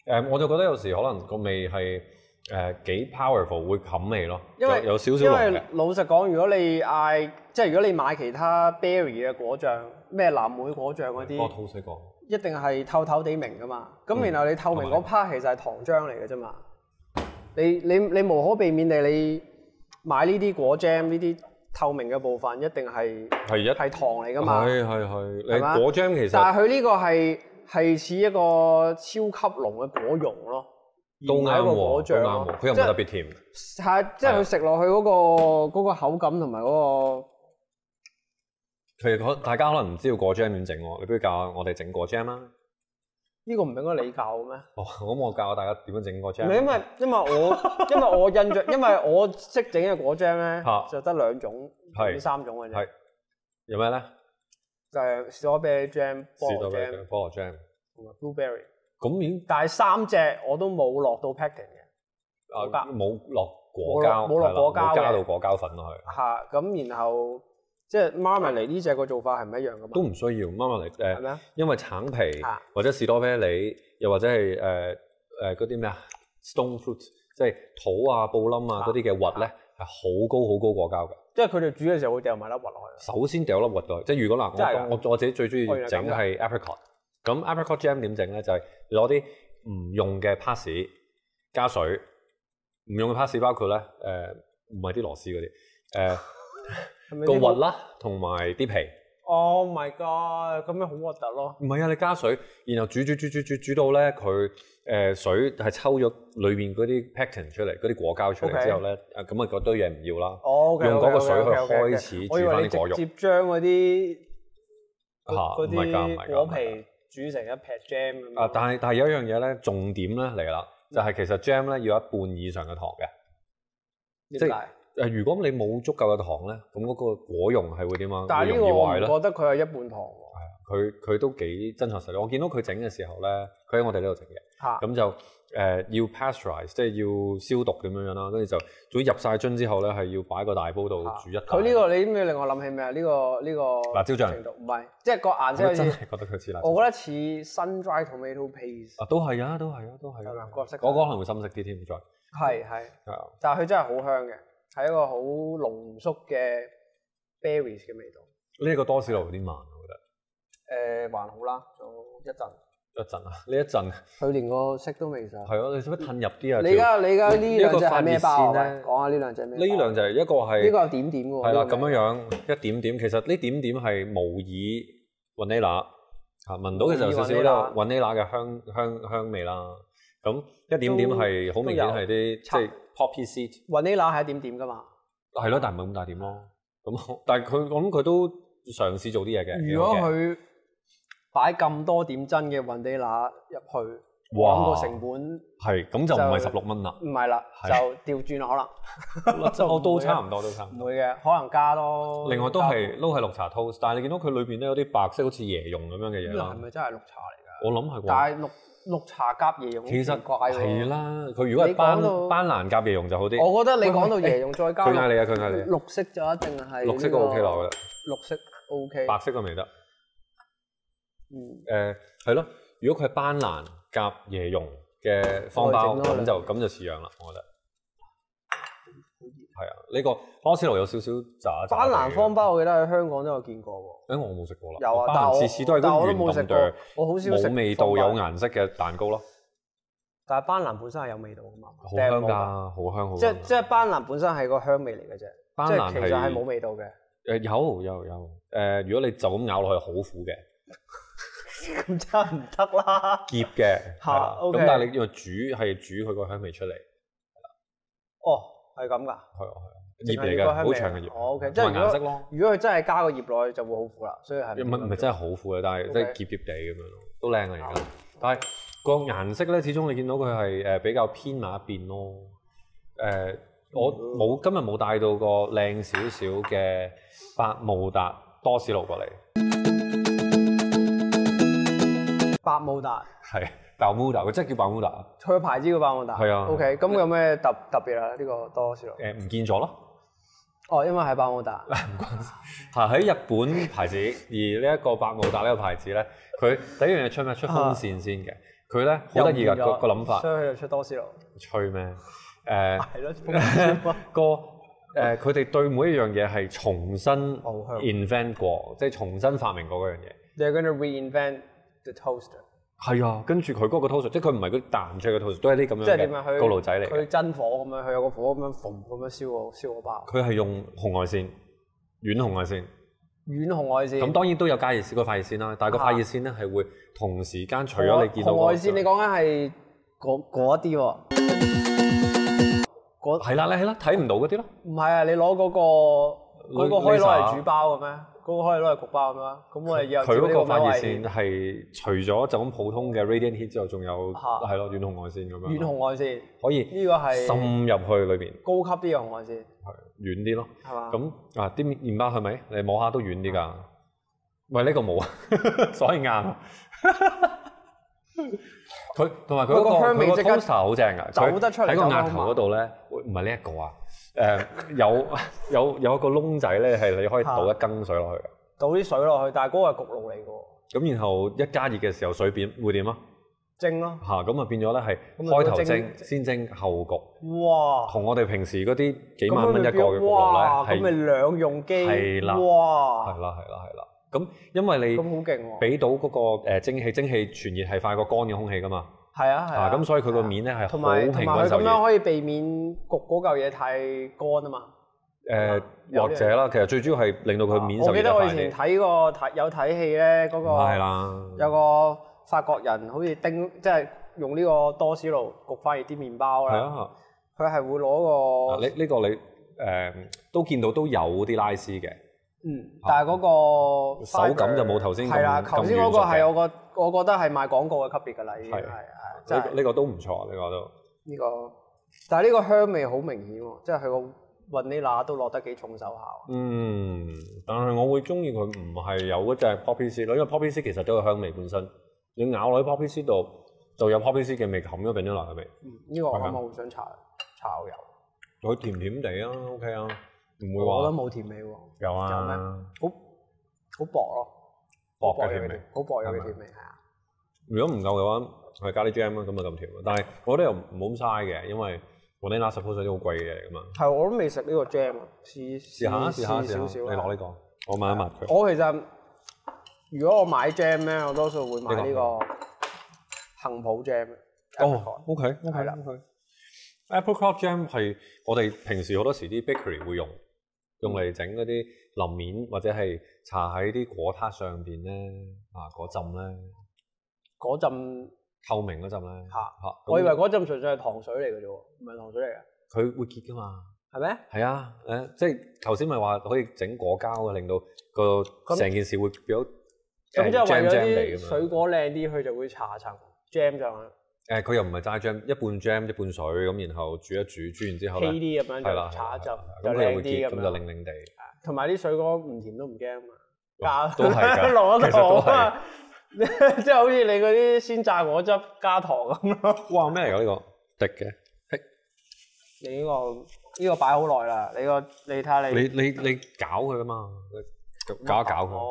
Speaker 1: 呃我就覺得有時可能個味係誒幾 powerful，會冚味咯，
Speaker 2: 因為
Speaker 1: 有有少少濃
Speaker 2: 因為
Speaker 1: 嘅，
Speaker 2: 老實講，如果你嗌即係如果你買其他 berry 嘅果醬，咩藍莓果醬嗰
Speaker 1: 我
Speaker 2: 啲，
Speaker 1: 肚水過。
Speaker 2: 一定係透透地明噶嘛。咁
Speaker 1: 嗯
Speaker 2: 然後你透明嗰 part 其實係糖漿嚟嘅啫嘛。你你你無可避免地你買呢啲果 jam 呢啲透明嘅部分，一定係
Speaker 1: 係一
Speaker 2: 係糖嚟噶嘛。
Speaker 1: 係係係，
Speaker 2: 係嘛
Speaker 1: 你果漿其
Speaker 2: 但
Speaker 1: 實
Speaker 2: 係佢呢個係係似一個超級濃嘅果蓉咯，而
Speaker 1: 都
Speaker 2: 唔係
Speaker 1: 啱
Speaker 2: 一個果
Speaker 1: 喎，都
Speaker 2: 醬
Speaker 1: 啱
Speaker 2: 咯
Speaker 1: 喎，佢又唔
Speaker 2: 即係
Speaker 1: 特別啊甜，
Speaker 2: 係，啊即係佢食落去嗰、個嗰個口感同埋嗰個
Speaker 1: 其實可大家可能唔知道果 jam 點整喎，你不如教下我哋整果 jam 啦。
Speaker 2: 呢、個唔應該你教嘅咩？
Speaker 1: 哦，咁我教大家點樣整果
Speaker 2: 唔係
Speaker 1: jam。
Speaker 2: 因為因為我因為我印象因為我識整嘅果醬咧
Speaker 1: 嚇
Speaker 2: 就得兩種
Speaker 1: 係
Speaker 2: 三種嘅啫
Speaker 1: 係，有咩咧？
Speaker 2: 就係士多啤梨 jam、菠
Speaker 1: 士
Speaker 2: 蘿
Speaker 1: 多啤
Speaker 2: jam
Speaker 1: 梨菠蘿 jam。
Speaker 2: 同埋 blueberry，
Speaker 1: 咁已經
Speaker 2: 但係三隻我都冇落到 packing 嘅
Speaker 1: 啊
Speaker 2: 冇加
Speaker 1: 冇
Speaker 2: 冇
Speaker 1: 落
Speaker 2: 落
Speaker 1: 果膠，
Speaker 2: 冇落
Speaker 1: 係啦
Speaker 2: 果膠嘅
Speaker 1: 加到果膠粉落去。
Speaker 2: 嚇，咁然後即係 marmalade 呢只個做法係唔一樣噶
Speaker 1: 都
Speaker 2: 嘛，
Speaker 1: 唔需要，慢慢嚟呃
Speaker 2: 係
Speaker 1: 誒，
Speaker 2: 咪啊？
Speaker 1: 因為橙皮
Speaker 2: 啊
Speaker 1: 或者士多啤梨，又或者係誒誒嗰啲咩啊，stone fruit，即係土啊、布冧啊
Speaker 2: 啊
Speaker 1: 嗰啲嘅核咧，係好高好高果膠嘅。
Speaker 2: 即係佢哋煮嘅時候會掉埋粒核落去，啊
Speaker 1: 首先掉粒核落去，即係如果
Speaker 2: 真係㗎
Speaker 1: 嗱，我我我自己最中意
Speaker 2: 哦原來
Speaker 1: 整
Speaker 2: 咁㗎
Speaker 1: 係 apricot。咁 apricot jam 點整咧？就係攞啲唔用嘅 pass 加水，唔用嘅 pass 包括咧誒，唔係啲螺絲嗰啲
Speaker 2: 係咪
Speaker 1: 誒個
Speaker 2: 呢
Speaker 1: 核啦，同埋啲皮。
Speaker 2: ？Oh my god！咁樣好核突咯，
Speaker 1: 唔係啊，你加水，然後煮煮煮煮煮煮到咧佢誒水係抽咗裏面嗰啲 pectin 出嚟，嗰啲果膠出
Speaker 2: OK
Speaker 1: 嚟之後咧，啊咁啊嗰堆嘢唔要啦，
Speaker 2: 哦，OK，
Speaker 1: 用嗰個
Speaker 2: OK，OK，
Speaker 1: 水去
Speaker 2: OK，OK，
Speaker 1: 開始煮
Speaker 2: 我以為
Speaker 1: 翻
Speaker 2: 你
Speaker 1: 啲果肉
Speaker 2: 直接將嗰啲
Speaker 1: 嚇，
Speaker 2: 嗰
Speaker 1: 唔係㗎，唔
Speaker 2: 啲
Speaker 1: 係㗎
Speaker 2: 果
Speaker 1: 唔係㗎。
Speaker 2: 皮煮成一劈 jam 咁樣
Speaker 1: 啊，但係但係有一樣嘢咧，重點咧嚟啦，就係其實 jam 咧要一半以上嘅糖嘅。
Speaker 2: 點
Speaker 1: 即係
Speaker 2: 解
Speaker 1: 誒，如果你冇足夠嘅糖咧，咁嗰個果蓉係會點啊？
Speaker 2: 但係
Speaker 1: 會
Speaker 2: 呢個
Speaker 1: 容易
Speaker 2: 我
Speaker 1: 壞
Speaker 2: 唔
Speaker 1: 啦。
Speaker 2: 覺得佢係一半糖喎。
Speaker 1: 佢佢都幾真材實料。我見到佢整嘅時候咧，佢喺我哋呢度整嘅，
Speaker 2: 嚇
Speaker 1: 咁就誒、誒要 pasteurize，即係要消毒咁樣樣啦，跟住就總之入晒樽之後咧，係要擺個大煲度煮一。
Speaker 2: 佢呢個你知唔知令我諗起咩啊？呢個呢個
Speaker 1: 辣椒醬
Speaker 2: 程度唔係，即係個顏色
Speaker 1: 我
Speaker 2: 好
Speaker 1: 真
Speaker 2: 似，
Speaker 1: 係覺得佢似辣椒。
Speaker 2: 我覺得似 sun dry tomato paste，
Speaker 1: 啊，都係啊，都係啊，都係
Speaker 2: 係咪啊
Speaker 1: 啊。
Speaker 2: 個色
Speaker 1: 嗰個可能會深色啲添，再
Speaker 2: 係係，
Speaker 1: 係啊。
Speaker 2: 但係佢真係好香嘅，係一個好濃縮嘅 berries 嘅味道。
Speaker 1: 呢一個多士爐有啲慢，我覺
Speaker 2: 誒還好啦，仲有一陣。
Speaker 1: 得一陣啊，呢一陣
Speaker 2: 佢連個色都未上。
Speaker 1: 係咯，你使唔使褪入啲啊？
Speaker 2: 你而家你而家呢兩隻係咩包啊？
Speaker 1: 呢個發
Speaker 2: 喂講下呢
Speaker 1: 熱線呢
Speaker 2: 兩隻咩包？啊
Speaker 1: 呢兩就係一個
Speaker 2: 呢
Speaker 1: 係
Speaker 2: 個有點點喎。
Speaker 1: 係啦，
Speaker 2: 呢個
Speaker 1: 咁
Speaker 2: 咩
Speaker 1: 樣樣一點點，其實呢點點係模擬 vanilla 嚇，啊聞到嘅時候有少少呢個 vanilla 嘅香香香味啦。咁一點點係好明顯係啲即
Speaker 2: 都有
Speaker 1: 係 poppy seed。
Speaker 2: vanilla 係一點點㗎嘛。
Speaker 1: 係咯，但係唔係咁大點咯。咁哦但係佢，我諗佢都嘗試做啲嘢嘅。
Speaker 2: 嗯如果
Speaker 1: 幾好嘅
Speaker 2: 佢擺咁多點真嘅 vanilla 入去，咁
Speaker 1: 哇
Speaker 2: 個成本
Speaker 1: 係咁就唔係
Speaker 2: 就
Speaker 1: 十六蚊啦，
Speaker 2: 唔係啦，
Speaker 1: 係
Speaker 2: 就調轉啦， 就唔會
Speaker 1: 我
Speaker 2: 啊
Speaker 1: 都差唔多，都差
Speaker 2: 可
Speaker 1: 唔
Speaker 2: 能唔
Speaker 1: 多。
Speaker 2: 會嘅，可能加多。
Speaker 1: 另外都係撈係綠茶 toast，但係你見到佢裏邊咧有啲白色好似椰蓉咁樣
Speaker 2: 加
Speaker 1: 嘅
Speaker 2: 多呢
Speaker 1: 嘢
Speaker 2: 個係
Speaker 1: 啦。
Speaker 2: 咪真係綠茶嚟㗎？
Speaker 1: 我諗係
Speaker 2: 但
Speaker 1: 啩。
Speaker 2: 係綠綠茶夾椰蓉
Speaker 1: 其實
Speaker 2: 好奇怪喎
Speaker 1: 係。啦，佢如果係班
Speaker 2: 你講到哦
Speaker 1: 班蘭夾椰蓉就好啲。
Speaker 2: 我覺得你講到椰蓉再加
Speaker 1: 佢嗌
Speaker 2: 綠
Speaker 1: 你啊，佢嗌你啊。
Speaker 2: 綠色就一定嗯係
Speaker 1: 綠色個
Speaker 2: 呢
Speaker 1: OK 啦，我覺
Speaker 2: 綠色 OK
Speaker 1: 得。。白色個未得。
Speaker 2: 嗯，
Speaker 1: 誒係咯，如果佢係班蘭夾椰蓉嘅方包，
Speaker 2: 我哋整多
Speaker 1: 咁就咁就似樣啦，我覺得。係啊，呢個波斯爐有少少渣渣
Speaker 2: 班
Speaker 1: 地嘅。
Speaker 2: 蘭方包我記得喺香港都有見過喎。
Speaker 1: 誒我冇食過啦。
Speaker 2: 有啊，
Speaker 1: 班
Speaker 2: 但係
Speaker 1: 蘭
Speaker 2: 我
Speaker 1: 次次都係
Speaker 2: 但係
Speaker 1: 嗰
Speaker 2: 我
Speaker 1: 啲
Speaker 2: 都
Speaker 1: 圓
Speaker 2: 冇食
Speaker 1: 冧
Speaker 2: 過
Speaker 1: 哚，，
Speaker 2: 我好少食
Speaker 1: 冇味道有
Speaker 2: 方包
Speaker 1: 顏色嘅蛋糕咯，
Speaker 2: 但係班蘭本身係有味道噶嘛，
Speaker 1: 好
Speaker 2: 定係
Speaker 1: 香
Speaker 2: 冇啊！
Speaker 1: 㗎，好香好
Speaker 2: 即
Speaker 1: 香㗎。
Speaker 2: 即係班蘭本身係個香味嚟嘅啫，
Speaker 1: 班
Speaker 2: 即係
Speaker 1: 蘭
Speaker 2: 其實係冇味道 嘅。
Speaker 1: 誒有有有誒，如果你就咁咬落去好苦嘅，
Speaker 2: 咁真係唔得啦。
Speaker 1: 澀嘅，
Speaker 2: 嚇
Speaker 1: 係啦
Speaker 2: OK
Speaker 1: 咁但係你因為煮係煮佢個香味出嚟，
Speaker 2: 哦，係咁噶。
Speaker 1: 係啊係啊，
Speaker 2: 淨
Speaker 1: 葉
Speaker 2: 係
Speaker 1: 嚟
Speaker 2: 要個香
Speaker 1: 嘅，好
Speaker 2: 味
Speaker 1: 長
Speaker 2: 啊
Speaker 1: 嘅葉，
Speaker 2: 哦，OK，即係
Speaker 1: 同
Speaker 2: 如
Speaker 1: 埋
Speaker 2: 果
Speaker 1: 顏色咯。
Speaker 2: 如果佢真係加個葉落去，就會好苦啦。所以係
Speaker 1: 唔係唔係真係好苦嘅，但係
Speaker 2: OK
Speaker 1: 即係澀澀地咁樣咯，都靚啊而家。但係個顏色咧，始終你見到佢係誒比較偏埋一邊咯。誒、我
Speaker 2: 嗯
Speaker 1: 冇今日冇帶到個靚少少嘅百慕達多士爐過嚟，
Speaker 2: 百慕達，
Speaker 1: 係百慕達，佢真係叫百慕達啊。
Speaker 2: 佢個牌子叫百慕達。
Speaker 1: 係啊
Speaker 2: OK，咁有咩特特別啊？呢個多士
Speaker 1: 誒、
Speaker 2: 爐。
Speaker 1: 唔見咗咯，
Speaker 2: 哦，因為係百慕達。
Speaker 1: 係喺日本牌子，而呢一個百慕達呢個牌子咧，佢第一樣嘢出咩？出風扇先嘅，佢咧 好得意
Speaker 2: 啊又
Speaker 1: 㗎
Speaker 2: 唔見
Speaker 1: 個
Speaker 2: 咗
Speaker 1: 個諗法，
Speaker 2: 所以佢就出多士爐。
Speaker 1: 吹咩？ 誒、
Speaker 2: 係咯，風扇啊
Speaker 1: 個誒佢哋對每一樣嘢係重新
Speaker 2: 好香
Speaker 1: invent 過，即係重新發明過嗰樣嘢。
Speaker 2: They're going to reinvent the toaster。
Speaker 1: 係啊，跟住佢嗰個 toast，即係佢唔係嗰啲彈出嚟嘅 toast，都係啲咁
Speaker 2: 即係
Speaker 1: 樣
Speaker 2: 點啊？
Speaker 1: 嘅
Speaker 2: 佢
Speaker 1: 高爐仔嚟
Speaker 2: 佢
Speaker 1: 嘅。
Speaker 2: 真火咁樣，佢有個火咁樣縫咁樣燒個燒個包，
Speaker 1: 佢係用紅外線、軟紅外線，
Speaker 2: 遠紅外線。
Speaker 1: 咁當然都有加熱線、個快熱線啦。但係個
Speaker 2: 啊
Speaker 1: 快熱線咧係會同時間除咗你見到
Speaker 2: 紅
Speaker 1: 嗰個
Speaker 2: 外線，你講緊係嗰嗰一啲喎。嗰
Speaker 1: 係啦，係啦，睇唔到嗰啲咯。
Speaker 2: 唔係啊？你攞嗰個嗰個可以攞
Speaker 1: Laser
Speaker 2: 嚟煮包嘅咩？嗰個可以攞嚟焗包嘅咩？咁我哋以後
Speaker 1: 佢
Speaker 2: 照
Speaker 1: 嗰
Speaker 2: 呢
Speaker 1: 個
Speaker 2: 個
Speaker 1: 快
Speaker 2: 快
Speaker 1: 熱
Speaker 2: 熱
Speaker 1: 線係除咗就咁普通嘅 radiant heat 之後，仲有
Speaker 2: 嚇
Speaker 1: 係咯軟紅外線咁樣
Speaker 2: 遠紅
Speaker 1: 咯，
Speaker 2: 外線，
Speaker 1: 可以
Speaker 2: 呢個係
Speaker 1: 滲入去裏邊
Speaker 2: 高級啲嘅紅外線，
Speaker 1: 遠啲咯。
Speaker 2: 係嘛？
Speaker 1: 咁啊，啲麵麵包係咪？你摸下都軟啲㗎。喂，呢、個冇啊， 所以啱。啊 佢同埋佢嗰
Speaker 2: 佢個
Speaker 1: 個
Speaker 2: 香味
Speaker 1: 佢個
Speaker 2: 即刻
Speaker 1: toaster 好正㗎，
Speaker 2: 走得出嚟
Speaker 1: 佢喺個
Speaker 2: 走得
Speaker 1: 額
Speaker 2: 好
Speaker 1: 頭
Speaker 2: 慢
Speaker 1: 嗰度咧，會唔係呢一個啊？誒、有 有有一個窿仔咧，係你可以倒一羹水落去嘅。
Speaker 2: 倒啲水落去，但係嗰個係焗爐嚟嘅喎，
Speaker 1: 咁然後一加熱嘅時候，水變會點啊？
Speaker 2: 蒸咯。
Speaker 1: 嚇咁啊變咗咧係
Speaker 2: 咁啊
Speaker 1: 開頭蒸
Speaker 2: 蒸
Speaker 1: 先蒸後焗，
Speaker 2: 哇！
Speaker 1: 同我哋平時嗰啲幾
Speaker 2: 咁
Speaker 1: 萬蚊一
Speaker 2: 佢咪變
Speaker 1: 個嘅焗
Speaker 2: 哇！
Speaker 1: 爐
Speaker 2: 咁
Speaker 1: 咧
Speaker 2: 咪
Speaker 1: 係
Speaker 2: 兩用機，
Speaker 1: 係啦
Speaker 2: 哇！
Speaker 1: 係啦係啦係啦。咁因為你
Speaker 2: 咁好勁喎！
Speaker 1: 俾到嗰個誒蒸氣，蒸氣傳熱係快過乾嘅空氣噶嘛，
Speaker 2: 係啊係
Speaker 1: 啊
Speaker 2: 啊，
Speaker 1: 咁所以佢個面咧係好
Speaker 2: 同埋
Speaker 1: 平
Speaker 2: 同埋
Speaker 1: 均
Speaker 2: 佢
Speaker 1: 受
Speaker 2: 咁樣
Speaker 1: 熱。
Speaker 2: 可以避免焗嗰嚿嘢太乾啊嘛。
Speaker 1: 誒
Speaker 2: 啊有
Speaker 1: 或
Speaker 2: 呢樣
Speaker 1: 者啦，其實最主要係令到佢面受
Speaker 2: 啊我
Speaker 1: 熱
Speaker 2: 記
Speaker 1: 得
Speaker 2: 得我
Speaker 1: 快
Speaker 2: 以前
Speaker 1: 啲。
Speaker 2: 睇過睇有睇戲咧，嗰
Speaker 1: 係
Speaker 2: 個
Speaker 1: 啦，
Speaker 2: 有個法國人好似叮即係用呢個多士爐焗翻熱啲麵包
Speaker 1: 係
Speaker 2: 啦，
Speaker 1: 啊，
Speaker 2: 佢係會攞
Speaker 1: 嗱呢
Speaker 2: 個
Speaker 1: 呢個你誒都見到都有啲拉絲嘅，
Speaker 2: 嗯，但係嗰個
Speaker 1: 啊手感就冇頭先咁
Speaker 2: 係啦，頭先嗰個
Speaker 1: 咁軟熟嘅
Speaker 2: 係我個我覺得係賣廣告嘅級別㗎啦，已經係
Speaker 1: 係啊
Speaker 2: 係真
Speaker 1: 呢
Speaker 2: 係
Speaker 1: 個呢個都唔錯，呢個都
Speaker 2: 呢個，但係呢個香味好明顯喎，即係佢個 vanilla 都落得幾重手下喎。
Speaker 1: 嗯，但係我會中意佢唔係有嗰只 poppy seed 咯，因為 poppy seed 其實都有香味本身，你咬落去 poppy seed 度就有 poppy seed 嘅味，冚咗 vanilla 嘅味，
Speaker 2: 嗯，呢個我啱
Speaker 1: 係咪啊
Speaker 2: 啱好想搽搽油，
Speaker 1: 佢甜甜地啊，OK 啊，唔會
Speaker 2: 我覺得
Speaker 1: 話
Speaker 2: 冇甜味喎，好
Speaker 1: 有
Speaker 2: 有
Speaker 1: 啊
Speaker 2: 咩，薄咯，
Speaker 1: 薄
Speaker 2: 好
Speaker 1: 嘅
Speaker 2: 有
Speaker 1: 甜
Speaker 2: 嘅
Speaker 1: 味。，
Speaker 2: 好薄有嘅
Speaker 1: 係咪
Speaker 2: 甜味係啊，
Speaker 1: 如果唔夠嘅話，係加啲 jam 啦，啊咁就咁甜啦。但係我覺得又唔好咁嘥嘅，因為我啲 n a suppose 啲好貴嘅嘢嚟噶嘛。
Speaker 2: 係我都未食呢個 jam 啊，試
Speaker 1: 試下啊試下試下，
Speaker 2: 少少
Speaker 1: 你
Speaker 2: 啊
Speaker 1: 攞呢個，我抹一抹佢。
Speaker 2: 我其實如果我買 jam 咧，我多數會買呢
Speaker 1: 你
Speaker 2: 個杏普 jam。
Speaker 1: 哦，OK
Speaker 2: 係
Speaker 1: OK
Speaker 2: 啦
Speaker 1: OK。Apricot jam 係我哋平時好多時啲 bakery 會用，用
Speaker 2: 嗯
Speaker 1: 嚟整嗰啲淋面或者係搽喺啲果撻上邊咧，啊嗰浸咧
Speaker 2: 嗰陣
Speaker 1: 透明嗰浸咧
Speaker 2: 嚇，
Speaker 1: 嚇。
Speaker 2: 我以為嗰陣純粹係糖水嚟嘅啫喎，唔係糖水嚟嘅，
Speaker 1: 佢會結㗎嘛。
Speaker 2: 係咩？
Speaker 1: 係啊，誒，即係頭先咪話可以整果膠嘅，令到個
Speaker 2: 咁
Speaker 1: 成件事會變咗
Speaker 2: 咁即
Speaker 1: 誒
Speaker 2: 係為
Speaker 1: jam jam 地
Speaker 2: 咗啲
Speaker 1: 咁
Speaker 2: 水
Speaker 1: 樣。
Speaker 2: 果靚啲，佢就會搽層 jam 上
Speaker 1: 誒，佢又唔係齋 jam，一半 jam 一半水咁，然後煮一煮，煮完之後
Speaker 2: 去，稀
Speaker 1: 咧，
Speaker 2: 啲咁樣
Speaker 1: 係啦，
Speaker 2: 就
Speaker 1: 係啦
Speaker 2: 搽一浸
Speaker 1: 係啦，
Speaker 2: 就
Speaker 1: 咁佢又
Speaker 2: 靚
Speaker 1: 會
Speaker 2: 啲
Speaker 1: 結，
Speaker 2: 咁
Speaker 1: 咁就
Speaker 2: 樣。
Speaker 1: 令令地，
Speaker 2: 同埋啲水果唔甜都唔驚啊嘛，
Speaker 1: 哇
Speaker 2: 加
Speaker 1: 都係 㗎
Speaker 2: 落
Speaker 1: 其
Speaker 2: 咗
Speaker 1: 實都係
Speaker 2: 糖啊， 即係好似你嗰啲鮮榨果汁加糖咁咯。
Speaker 1: 哇咩嚟㗎呢個滴嘅？
Speaker 2: 你呢、個呢、個擺好耐啦，你個你睇下
Speaker 1: 你你你搞佢㗎啊嘛？你搞一搞佢
Speaker 2: 哦，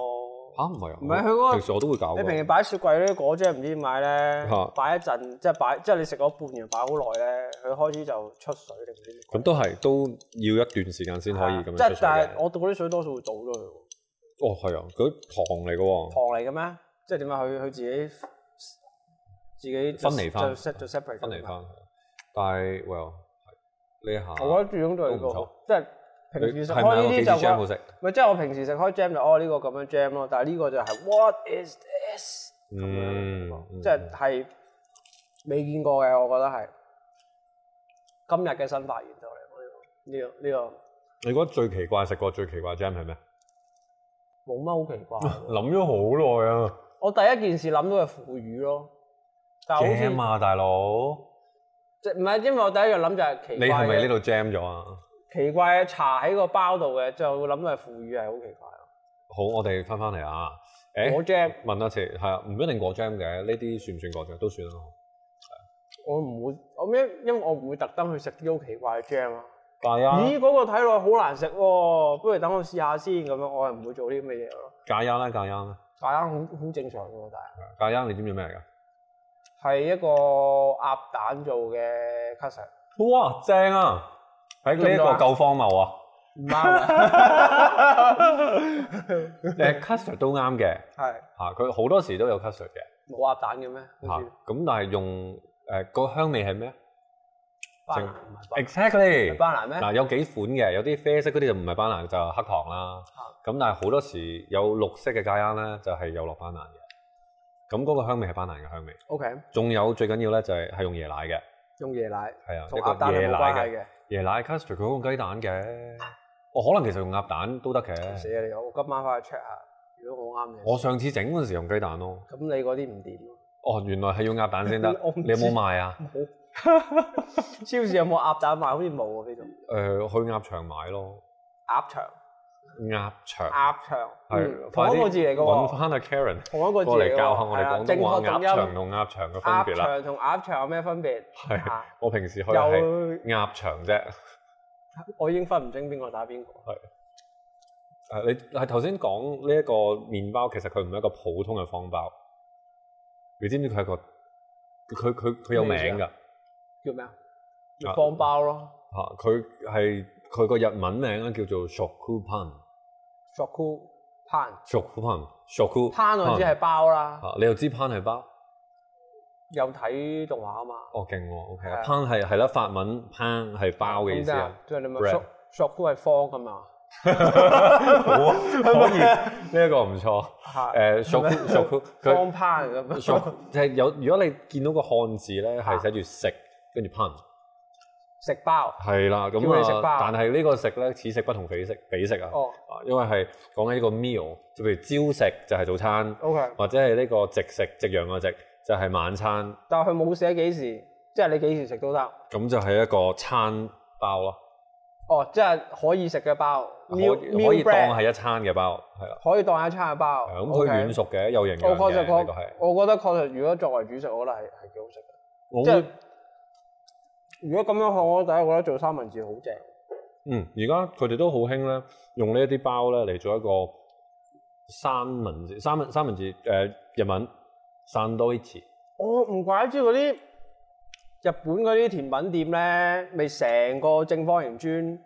Speaker 1: 嚇唔係啊？
Speaker 2: 唔係佢嗰個
Speaker 1: 平時我都會搞
Speaker 2: 你平時
Speaker 1: 㗎。
Speaker 2: 擺雪櫃呢啲果醬唔知點解咧
Speaker 1: 嚇，
Speaker 2: 擺一陣即係擺即係你食咗半年擺好耐咧，佢開始就出水定唔知咩
Speaker 1: 咁都係都要一段時間先可以咁樣
Speaker 2: 即係
Speaker 1: 出水
Speaker 2: 但
Speaker 1: 嘅
Speaker 2: 係我倒嗰啲水多數會倒咗佢喎，
Speaker 1: 哦係啊，佢糖嚟㗎喎，
Speaker 2: 糖嚟嘅咩？即係點啊？佢佢自己自己就
Speaker 1: 分離返
Speaker 2: 就 set 就 separate
Speaker 1: 分嚟
Speaker 2: 咗嘛。
Speaker 1: 翻。但係 well 呢一下。
Speaker 2: 啊我覺得最終都係
Speaker 1: 都唔錯
Speaker 2: 個即係平時食
Speaker 1: 係
Speaker 2: 開
Speaker 1: 咪有
Speaker 2: 呢
Speaker 1: 幾
Speaker 2: 啲
Speaker 1: 支
Speaker 2: 就覺
Speaker 1: jam
Speaker 2: 得
Speaker 1: 好食？
Speaker 2: 咪即係我平時食開 jam 就哦呢個咁樣 jam 咯，但係呢個就係 what is this 咁
Speaker 1: 嗯
Speaker 2: 樣，
Speaker 1: 嗯
Speaker 2: 即係係未見過嘅，我覺得係今日嘅新發現就嚟講呢個呢個呢
Speaker 1: 你覺得最奇怪食過最奇怪 jam 係咩？
Speaker 2: 個冇乜好奇怪喎。
Speaker 1: 諗咗好耐啊
Speaker 2: 我第一件事諗到係腐乳咯，但係好
Speaker 1: ！jam
Speaker 2: 似
Speaker 1: 啊，大佬，
Speaker 2: 即係唔係因為我第一樣諗就係
Speaker 1: 你
Speaker 2: 奇怪
Speaker 1: 係咪呢
Speaker 2: 嘅，
Speaker 1: 度 jam 咗啊？
Speaker 2: 奇怪嘅茶喺個包度嘅，就會諗到係腐乳係好奇怪咯。
Speaker 1: 好，我哋翻翻嚟啊！
Speaker 2: 我
Speaker 1: 誒，
Speaker 2: jam
Speaker 1: 問多次，係啊，唔一定果 jam 嘅，呢啲算唔算果 jam 都算啦。
Speaker 2: 我唔會，我因因為我唔會特登去食啲好奇怪嘅 jam 啊。
Speaker 1: 係啊，
Speaker 2: 咦，嗰、個睇落好難食喎，不如等我試下先咁樣，我係唔會做啲咁嘅嘢咯。
Speaker 1: 戒音啦，戒音啦，
Speaker 2: 大家好好正常嘅喎，
Speaker 1: 戒啊音，你知唔知咩嚟㗎？
Speaker 2: 但係係一個鴨蛋做嘅 custard，
Speaker 1: 哇，正啊！喺呢一
Speaker 2: 中咗
Speaker 1: 個
Speaker 2: 啊
Speaker 1: 夠荒謬 啊！
Speaker 2: 唔 啱啊！
Speaker 1: 誒，custard 都啱嘅
Speaker 2: 係
Speaker 1: 嚇，佢好多時都有 custard 嘅
Speaker 2: 冇鴨蛋嘅咩？
Speaker 1: 嚇，
Speaker 2: 好
Speaker 1: 咁
Speaker 2: 似
Speaker 1: 但係用誒個香味係咩
Speaker 2: 班
Speaker 1: 正
Speaker 2: 蘭唔係班係
Speaker 1: exactly
Speaker 2: 班蘭咩？
Speaker 1: 嗱有幾款嘅，有啲啡色嗰啲就唔係班蘭，就係黑糖啦。咁但係好多時有綠色嘅戒啱咧，就係有落班蘭嘅。咁嗰個香味係班蘭嘅香味。
Speaker 2: OK，
Speaker 1: 仲有最緊要咧就係係用椰奶嘅，
Speaker 2: 用椰奶
Speaker 1: 係啊，
Speaker 2: 同
Speaker 1: 一
Speaker 2: 鴨
Speaker 1: 個
Speaker 2: 蛋係
Speaker 1: 椰
Speaker 2: 冇
Speaker 1: 奶
Speaker 2: 關
Speaker 1: 嘅
Speaker 2: 係嘅。
Speaker 1: 椰奶 custard 佢嗰個雞蛋嘅。哦，可能其實用鴨蛋都得
Speaker 2: 死
Speaker 1: 嘅。
Speaker 2: 啊你！我今晚翻去 check 下，如果我啱嘅，
Speaker 1: 我上次整嗰陣時用雞蛋咯。
Speaker 2: 咁你嗰啲唔掂喎。。
Speaker 1: 哦，原來係要鴨蛋先得
Speaker 2: 我唔知
Speaker 1: 你有冇賣啊？
Speaker 2: 冇。 超市有冇鴨蛋賣？好似冇喎呢度。
Speaker 1: 誒、呃去鴨場買咯。
Speaker 2: 鴨腸，
Speaker 1: 鴨場
Speaker 2: 鴨腸，
Speaker 1: 係
Speaker 2: 嗯同一個字嚟嘅喎
Speaker 1: 揾。翻阿 Karen
Speaker 2: 同一個字
Speaker 1: 過
Speaker 2: 嚟
Speaker 1: 嚟
Speaker 2: 㗎
Speaker 1: 教下我
Speaker 2: 係
Speaker 1: 哋
Speaker 2: 啊
Speaker 1: 廣
Speaker 2: 正
Speaker 1: 東話
Speaker 2: 確讀
Speaker 1: 鴨
Speaker 2: 音
Speaker 1: 場同鴨場嘅分
Speaker 2: 鴨
Speaker 1: 別啦。
Speaker 2: 腸同鴨腸有咩分別？
Speaker 1: 係
Speaker 2: 啊
Speaker 1: 我平時去係
Speaker 2: 有
Speaker 1: 鴨場啫。
Speaker 2: 我已經分唔清邊個打邊個。
Speaker 1: 誒，你係頭先講呢一個麵包，其實佢唔係一個普通嘅方包。你知唔知佢係一個佢佢佢有名
Speaker 2: 咩意思
Speaker 1: 㗎
Speaker 2: 啊？叫咩啊
Speaker 1: 啊？
Speaker 2: 方包咯
Speaker 1: 嚇，啊佢係佢個日文名咧叫做 shoku pan。
Speaker 2: ，shoku pan
Speaker 1: shoku pan shoku
Speaker 2: pan 我知係包啦，
Speaker 1: 嚇，你又知 pan 係包？
Speaker 2: 有睇動畫啊嘛。
Speaker 1: 哦，勁喎，OK
Speaker 2: 係
Speaker 1: 啊
Speaker 2: 啊
Speaker 1: ，pan 係係啦，法文 pan 係包嘅意思啊。
Speaker 2: 咁即係你咪
Speaker 1: bread
Speaker 2: shok shoku 係方噶嘛？
Speaker 1: 好啊，可以呢一個唔錯。
Speaker 2: 嚇
Speaker 1: 誒，shoku shoku 佢
Speaker 2: 方 pan 咁樣。
Speaker 1: shoku 就係有，如果你見到個漢字咧，
Speaker 2: 啊
Speaker 1: 係寫住食跟住 pan，
Speaker 2: 食包
Speaker 1: 係啦，咁
Speaker 2: 叫你食包
Speaker 1: 啊，但係呢個食咧，此食不同彼食，彼食啊，
Speaker 2: 哦
Speaker 1: 啊因為係講緊呢個 meal，即係譬如朝食就係早餐，
Speaker 2: ，OK。
Speaker 1: 或者係呢個夕食夕陽嘅夕就係晚餐，
Speaker 2: 但係佢冇寫幾時，即係你幾時食都得。
Speaker 1: 咁就係一個餐包咯。
Speaker 2: 哦，即係可以食嘅包
Speaker 1: 可以
Speaker 2: ，meal
Speaker 1: 可
Speaker 2: meal
Speaker 1: 以當
Speaker 2: bread
Speaker 1: 係一餐嘅包，係啦。
Speaker 2: 可以當一餐嘅包。
Speaker 1: 係咁佢
Speaker 2: OK
Speaker 1: 軟熟嘅，有營養
Speaker 2: 我確
Speaker 1: 嘅，
Speaker 2: 實
Speaker 1: 呢
Speaker 2: 確
Speaker 1: 個係。，
Speaker 2: 我覺得確實，如果作為主食，我覺得係係幾好食嘅。
Speaker 1: 我
Speaker 2: 即
Speaker 1: 會
Speaker 2: 係如果咁樣看，我第一覺得做三文治好正。
Speaker 1: 嗯，而家佢哋都好興咧，用呢一啲包咧嚟做一個三文治，三文三文治誒、呃日文 sandwich，
Speaker 2: 我唔怪之嗰啲日本嗰啲甜品店咧，咪成個正方形磚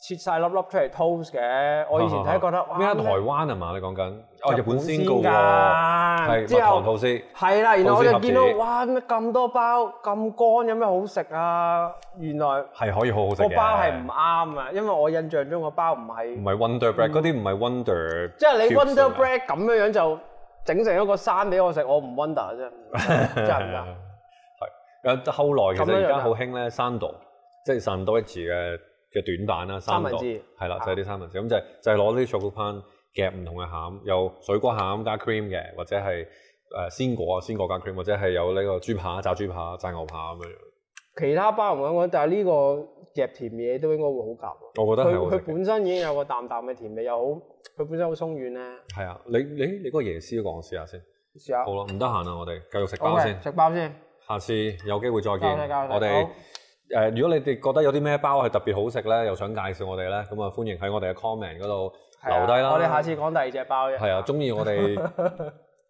Speaker 2: 切晒粒粒出嚟 toast 嘅。我以前睇覺得，哇！
Speaker 1: 咩啊？台灣係嘛？你講緊哦，日本先
Speaker 2: 先
Speaker 1: 㗎喎，
Speaker 2: 㗎
Speaker 1: 係蜜
Speaker 2: 之
Speaker 1: 糖
Speaker 2: 後
Speaker 1: 吐司。
Speaker 2: 係啦，然後我就見到
Speaker 1: 好似盒子
Speaker 2: 哇，咩咁多包咁乾，有咩好食啊？原來
Speaker 1: 係可以好好食
Speaker 2: 個
Speaker 1: 嘅。
Speaker 2: 包係唔啱啊，因為我印象中個包唔係
Speaker 1: 唔。係 Wonder Bread 嗰啲唔係 Wonder，
Speaker 2: 嗯即係你
Speaker 1: Cubes 啊
Speaker 2: Wonder Bread 咁樣樣就整成一個山俾我食，我唔 Wonder 啫，真係唔得。
Speaker 1: 係。誒後來其
Speaker 2: 咁樣啊
Speaker 1: 實
Speaker 2: 樣
Speaker 1: 而家好興咧 sando，即係 sandwich 嘅嘅短版啦，
Speaker 2: 三文治
Speaker 1: sando 係啦，
Speaker 2: 啊
Speaker 1: 就係啲三文治。咁就係就係攞啲 chocolate pan 夾唔同嘅餡，有水果餡加 cream 嘅，或者係誒鮮果啊，鮮果加 cream，或者係有呢個豬扒、炸豬扒、炸牛扒咁樣樣。
Speaker 2: 其他包唔講講，但係呢個夾甜嘢都應該會好夾喎。
Speaker 1: 我覺得係好
Speaker 2: 佢
Speaker 1: 食
Speaker 2: 佢
Speaker 1: 嘅。
Speaker 2: 本身已經有個淡淡嘅甜味，又好，佢本身好鬆軟咧。
Speaker 1: 係啊，你你你嗰個椰絲嗰個我試下先。
Speaker 2: 試下
Speaker 1: 好啦，唔得閒啦，我哋繼續食包
Speaker 2: OK，
Speaker 1: 先。
Speaker 2: 食包先。
Speaker 1: 下次有機會再見
Speaker 2: 交代交。代
Speaker 1: 我哋
Speaker 2: 好
Speaker 1: 誒、如果你哋覺得有啲咩包係特別好食咧，又想介紹我哋咧，咁啊歡迎喺我哋嘅 comment 嗰度
Speaker 2: 係啊
Speaker 1: 留低啦。
Speaker 2: 我哋下次講第二隻包啫。
Speaker 1: 係啊，中意 我哋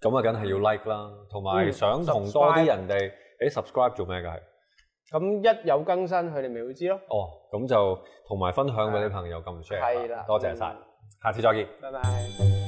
Speaker 1: 咁啊，梗係要 like 啦，同埋
Speaker 2: 嗯
Speaker 1: 想同多啲
Speaker 2: subscribe
Speaker 1: 人哋誒 subscribe 做咩㗎係？
Speaker 2: 咁一有更新，佢哋咪會知咯。
Speaker 1: 哦，咁就同埋分享俾你朋友咁 share 啦。
Speaker 2: 係啦
Speaker 1: 多謝晒
Speaker 2: 嗯，
Speaker 1: 下次再見。
Speaker 2: 拜拜。